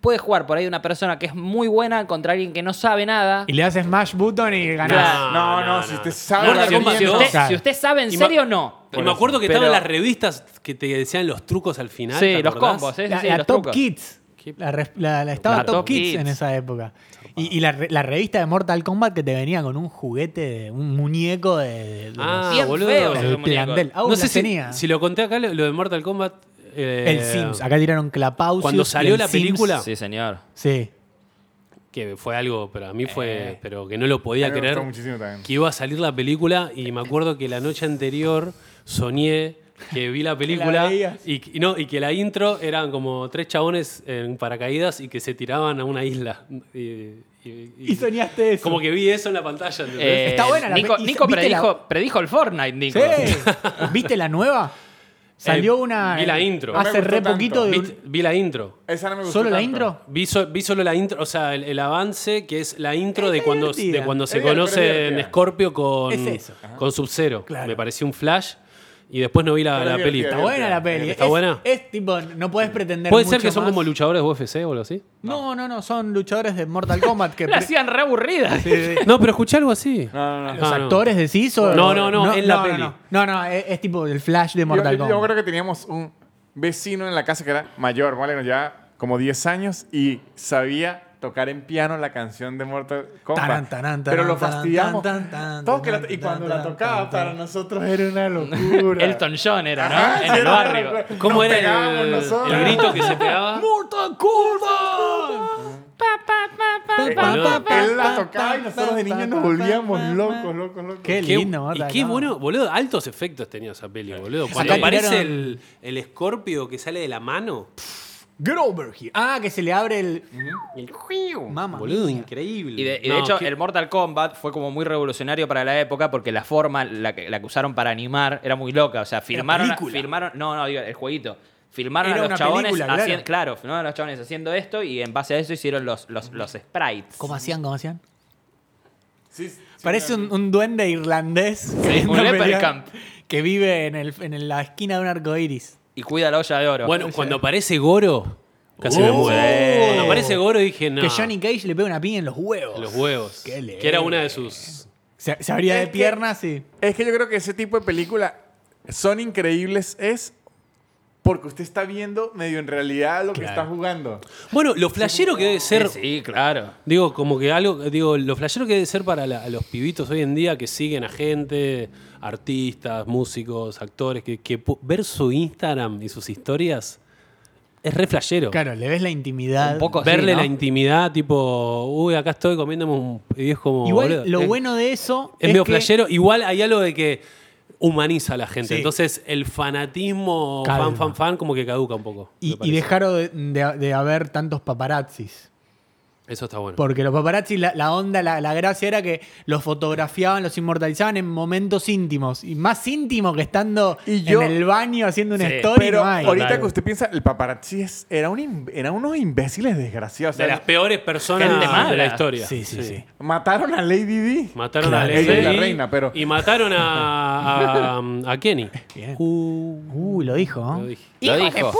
S2: puede jugar por ahí una persona que es muy buena contra alguien que no sabe nada.
S1: Y le haces mash button y ganás.
S2: Claro.
S3: No, no, si usted sabe
S2: Mortal
S3: lo que
S2: Kombat, si,
S3: viene,
S2: usted,
S1: sabe.
S2: si usted sabe en
S4: Y ma-
S2: serio, no.
S4: Y me acuerdo que
S2: Pero-
S4: estaban las revistas que te decían los trucos al final.
S2: Sí,
S4: ¿te
S2: los
S4: acordás?
S2: combos, ¿eh? Sí,
S1: La,
S2: sí,
S1: la
S2: los
S1: Top
S2: trucos.
S1: Kids.
S4: Qué-
S1: La, res- la- la- estaba
S2: La
S1: Top,
S2: Top
S1: Kids,
S2: Kids.
S1: en esa época. Y, y la, re- la revista de Mortal Kombat que te venía con un juguete, de- un muñeco de, de- de
S4: Ah,
S2: Bien
S4: boludo.
S2: feo.
S1: los-
S2: ese
S1: del
S2: muñeco.
S1: plantel. Aún
S4: no
S1: las
S4: sé si,
S1: tenía.
S4: si lo conté acá, lo, lo de Mortal Kombat. eh,
S1: el Sims. Acá tiraron Clapausius.
S4: Cuando
S1: y
S4: salió
S1: el
S4: la
S1: Sims.
S4: película-
S2: Sí, señor.
S1: Sí.
S4: Que fue algo, pero a mí fue.
S1: Eh.
S4: Pero que no lo podía
S3: A mí me
S4: creer.
S3: gustó muchísimo también.
S4: Que iba a salir la película y me acuerdo que la noche anterior soñé que
S1: [LAUGHS]
S4: vi la película
S1: veías.
S4: y, y no, y que la intro eran como tres chabones en paracaídas y que se tiraban a una isla. Y, y- y-
S1: Y soñaste eso.
S4: Como que vi eso en la pantalla. ¿entendés?
S2: Eh,
S1: Está buena la
S2: Nico,
S1: pe- y-
S2: Nico
S1: ¿viste la-
S2: predijo, predijo el Fortnite, Nico.
S1: Sí.
S2: [LAUGHS]
S1: [LAUGHS] ¿Viste la nueva? Salió
S4: Eh,
S1: una.
S4: vi la intro.
S3: No me
S1: Hace
S3: gustó
S1: re
S3: tanto.
S1: poquito. De un-
S4: Viste, vi la intro.
S3: Esa no me gustó
S1: ¿Solo la
S3: tanto.
S1: intro?
S4: Vi, so- vi solo la intro, o sea, el, el avance que es la intro de cuando,
S1: divertida.
S4: de cuando se
S3: Es divertida, es
S4: conoce en
S3: divertida.
S4: Scorpio con,
S1: Es eso.
S4: con Sub-Zero.
S1: Claro.
S4: Me pareció un flash y después no vi la,
S3: Pero
S4: la
S3: es
S4: peli.
S1: Está
S3: divertida.
S1: buena la peli.
S4: ¿Está
S1: es,
S4: buena?
S1: Es tipo, no puedes pretender.
S4: Puede ser
S1: mucho
S4: que son
S1: más.
S4: como luchadores de UFC o algo así.
S1: No, no, no. Son luchadores de Mortal Kombat.
S4: [LAUGHS]
S1: que
S2: La
S1: pre-
S2: hacían re
S1: [LAUGHS]
S2: aburrida.
S1: Sí, sí.
S4: No, pero escuché algo así.
S3: No, no, no.
S1: ¿Los
S4: Ah, no.
S1: actores decís? O,
S4: No, no, no, en la peli.
S1: No, no, no, es, es tipo el flash de Mortal
S3: yo, yo
S1: Kombat.
S3: creo que teníamos un vecino en la casa que era mayor, ¿vale? Ya como 10 años y sabía tocar en piano la canción de Mortal Kombat.
S1: Taran, taran, taran,
S3: pero lo
S1: taran,
S3: fastidiamos.
S1: tan, tan,
S3: Todos que la-
S1: tan,
S3: y
S1: tan,
S3: cuando
S1: tan,
S3: la
S1: tan,
S3: tocaba,
S1: tan.
S3: para nosotros era una
S2: [LAUGHS]
S3: locura.
S2: Elton John era, ¿no?
S1: Ah,
S3: Ajá, sí,
S2: en el
S3: era
S2: barrio.
S3: re-
S4: ¿Cómo
S3: nos
S4: era
S3: pegábamos
S4: el,
S3: nosotros.
S4: el grito que se pegaba?
S1: ¡Mortal Kombat!
S3: Eh,
S4: Boludo.
S3: Él la tocaba y nosotros de niños
S1: [LAUGHS]
S3: nos volvíamos locos, locos, locos.
S1: Qué
S4: Qué-
S1: lindo, Mortal
S4: y qué
S1: Kombat.
S4: bueno, boludo, altos efectos tenía esa peli, boludo. Cuando
S1: Acá
S4: aparece
S1: tiraron-
S4: el, el escorpio que sale de la mano,
S1: Get over here. Ah, que se le abre el. Mamá.
S4: boludo, increíble.
S2: Y de, y de
S4: No,
S2: hecho,
S4: qué-
S2: el Mortal Kombat fue como muy revolucionario para la época porque la forma la que, la que usaron para animar era muy loca. O sea, filmaron. a-
S1: película.
S2: filmaron no, no, digo, el jueguito. Filmaron
S1: Era
S2: a
S1: una
S2: los chabones
S1: película, claro.
S2: haciendo. Claro, filmaron a los chabones haciendo esto y en base a eso hicieron los, los, los sprites.
S1: ¿Cómo hacían? ¿Cómo hacían?
S3: Sí, sí,
S1: Parece un, un duende irlandés que,
S2: un
S1: anda peleando-
S2: leperkamp.
S1: que vive en, el, en la esquina de un arco iris.
S2: Y cuida la olla de oro.
S4: Bueno, cuando aparece Goro, casi me
S2: Uh.
S1: Oh.
S4: muero. Cuando aparece Goro dije, no,
S1: Que Johnny Cage le pega una piña en los huevos.
S4: los huevos.
S1: Qué
S4: Que era una de sus...
S1: Se, se abría de
S3: Es que-
S1: piernas y.
S3: Es que yo creo que ese tipo de películas son increíbles es porque usted está viendo medio en realidad lo que
S4: Claro.
S3: está jugando.
S4: Bueno, lo flashero que debe ser...
S2: Sí, sí, claro.
S4: Digo, como que algo, digo, lo flashero que debe ser para la- a los pibitos hoy en día que siguen a gente, artistas, músicos, actores, que, que pu- ver su Instagram y sus historias es re flashero.
S1: Claro, le ves la intimidad.
S2: Un poco sí,
S4: Verle
S2: ¿no?
S4: la intimidad, tipo, uy, acá estoy comiéndome un. Y es como.
S1: Igual
S4: boludo,
S1: lo
S4: es-
S1: bueno de eso.
S4: Es, medio
S1: que-
S4: flashero. Igual hay algo de que humaniza a la gente.
S1: Sí.
S4: Entonces, el fanatismo
S1: Calma.
S4: fan, fan, fan, como que caduca un poco. me
S1: Y, y
S4: parece.
S1: dejaron de, de- de haber tantos paparazzis.
S4: Eso está bueno.
S1: Porque los paparazzis, la, la onda, la, la gracia era que los fotografiaban, los inmortalizaban en momentos íntimos. Y más íntimo que estando
S3: Y yo-
S1: en el baño haciendo una
S2: Sí,
S1: story.
S3: Pero
S1: no hay.
S3: ahorita
S2: Claro.
S3: que usted piensa, el paparazzi es- era un im- eran unos imbéciles desgraciados. O
S4: de
S3: sea,
S4: las peores personas
S2: Gente
S4: de
S2: mala.
S4: la historia.
S1: Sí, sí, sí.
S3: mataron a Lady Di.
S4: Mataron
S1: Claro,
S4: a
S1: ella es
S4: Lady
S3: la
S4: Di
S3: reina, pero-
S4: Y mataron a, a, a Kenny.
S1: Bien.
S4: Uh,
S1: Uh, lo dijo. ¿no?
S4: lo dije.
S2: Lo dijo.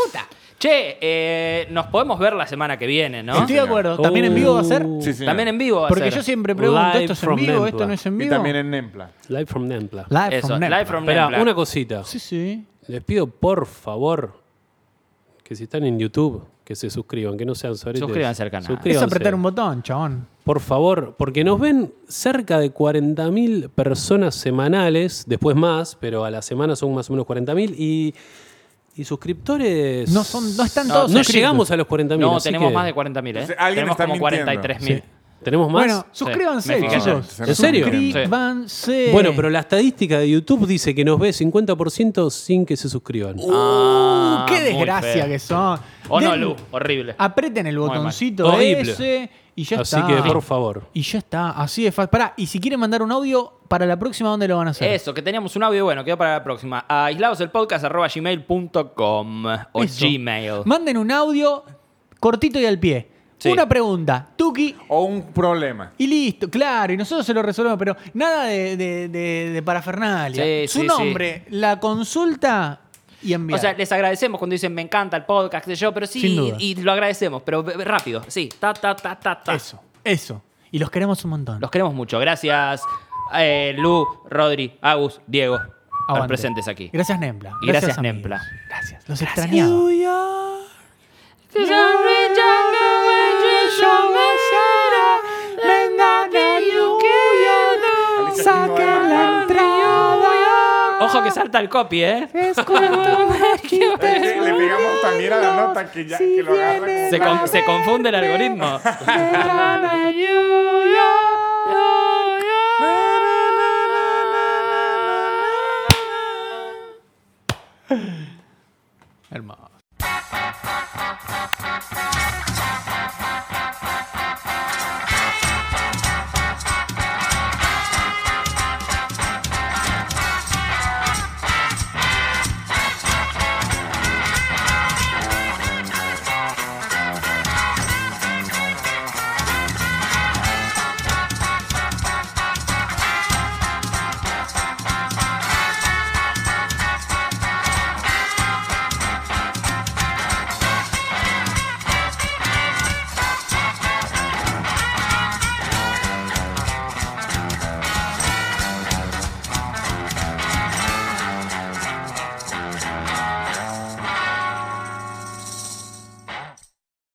S2: Che, eh, nos podemos ver la semana que viene, ¿no?
S1: Estoy de acuerdo. También en
S4: Uh.
S1: vivo va a ser.
S3: Sí, señor.
S2: También en vivo. va a
S1: Porque
S2: ser.
S1: yo siempre pregunto,
S4: Live
S1: ¿esto es en
S4: from
S1: vivo?
S4: Nempla.
S1: ¿Esto no es en
S3: Y
S1: vivo?
S3: también en Nempla.
S4: Live from Nempla.
S1: Live
S2: Eso,
S1: from
S2: Live
S1: Nempla.
S2: from
S4: Espera,
S2: Nempla.
S4: una cosita.
S1: Sí, sí.
S4: Les pido por favor que si están en YouTube, que se suscriban, que no sean soretes.
S2: Suscríbanse al canal.
S1: Es
S4: Suscríbanse.
S1: apretar un botón, chabón.
S4: Por favor, porque nos ven cerca de 40.000 personas semanales, después más, pero a la semana son más o menos 40.000 y, y suscriptores... Ah,
S1: No son- no están todos
S4: No
S1: suscritos.
S4: llegamos a los 40.000.
S2: No,
S4: así
S2: tenemos
S4: que-
S2: más de 40.000, ¿eh?
S3: Entonces, alguien
S2: tenemos
S3: está
S2: como
S3: mintiendo.
S2: 43.000.
S4: ¿Tenemos más?
S1: Bueno, suscríbanse,
S2: me fijé
S1: chicos.
S3: ayer.
S4: ¿En serio?
S1: Suscríbanse.
S4: Bueno, pero la estadística de YouTube dice que nos ve 50% sin que se suscriban.
S2: Ah,
S1: Uh, ¡Qué
S2: muy
S1: desgracia
S2: feo.
S1: que son!
S2: O
S1: Den-
S2: no,
S1: Ah,
S2: Lu, horrible.
S1: Apreten el
S2: Muy mal.
S1: botoncito
S4: Horrible.
S1: ese y ya
S4: Así
S1: está.
S4: que, por favor.
S1: Y ya está, así de fácil. Pará, y si quieren mandar un audio, para la próxima, ¿dónde lo van a hacer?
S2: Eso, que teníamos un audio bueno, quedó para la próxima. Aisladoselpodcast.gmail.com o
S1: Eso.
S2: Gmail.
S1: Manden un audio cortito y al pie.
S2: Sí.
S1: Una pregunta, Tuki,
S3: O un problema.
S1: y listo, claro, y nosotros se lo resolvemos, pero nada de, de- de- de parafernalia.
S2: Sí,
S1: Su
S2: sí,
S1: nombre, la consulta y enviar.
S2: O sea, les agradecemos cuando dicen me encanta el podcast, qué sé yo, pero sí,
S1: Sin duda.
S2: y lo agradecemos, pero b- b- rápido, sí. Ta, ta, ta, ta, ta.
S1: eso, eso. Y los queremos un montón.
S2: Los queremos mucho. Gracias, eh, Lu, Rodri, Agus, Diego,
S1: Aguante.
S2: estar presentes aquí.
S1: Gracias, Nempla.
S2: Y gracias,
S1: amigos.
S2: Nempla.
S1: Gracias. Los extrañaba.
S3: Saquen la
S2: Ojo que salta el copy, ¿eh?
S3: [LAUGHS] Es que Le pegamos también a la nota que ya que lo agarra como
S2: Se,
S3: una-
S2: con- se confunde el algoritmo.
S1: Hermoso.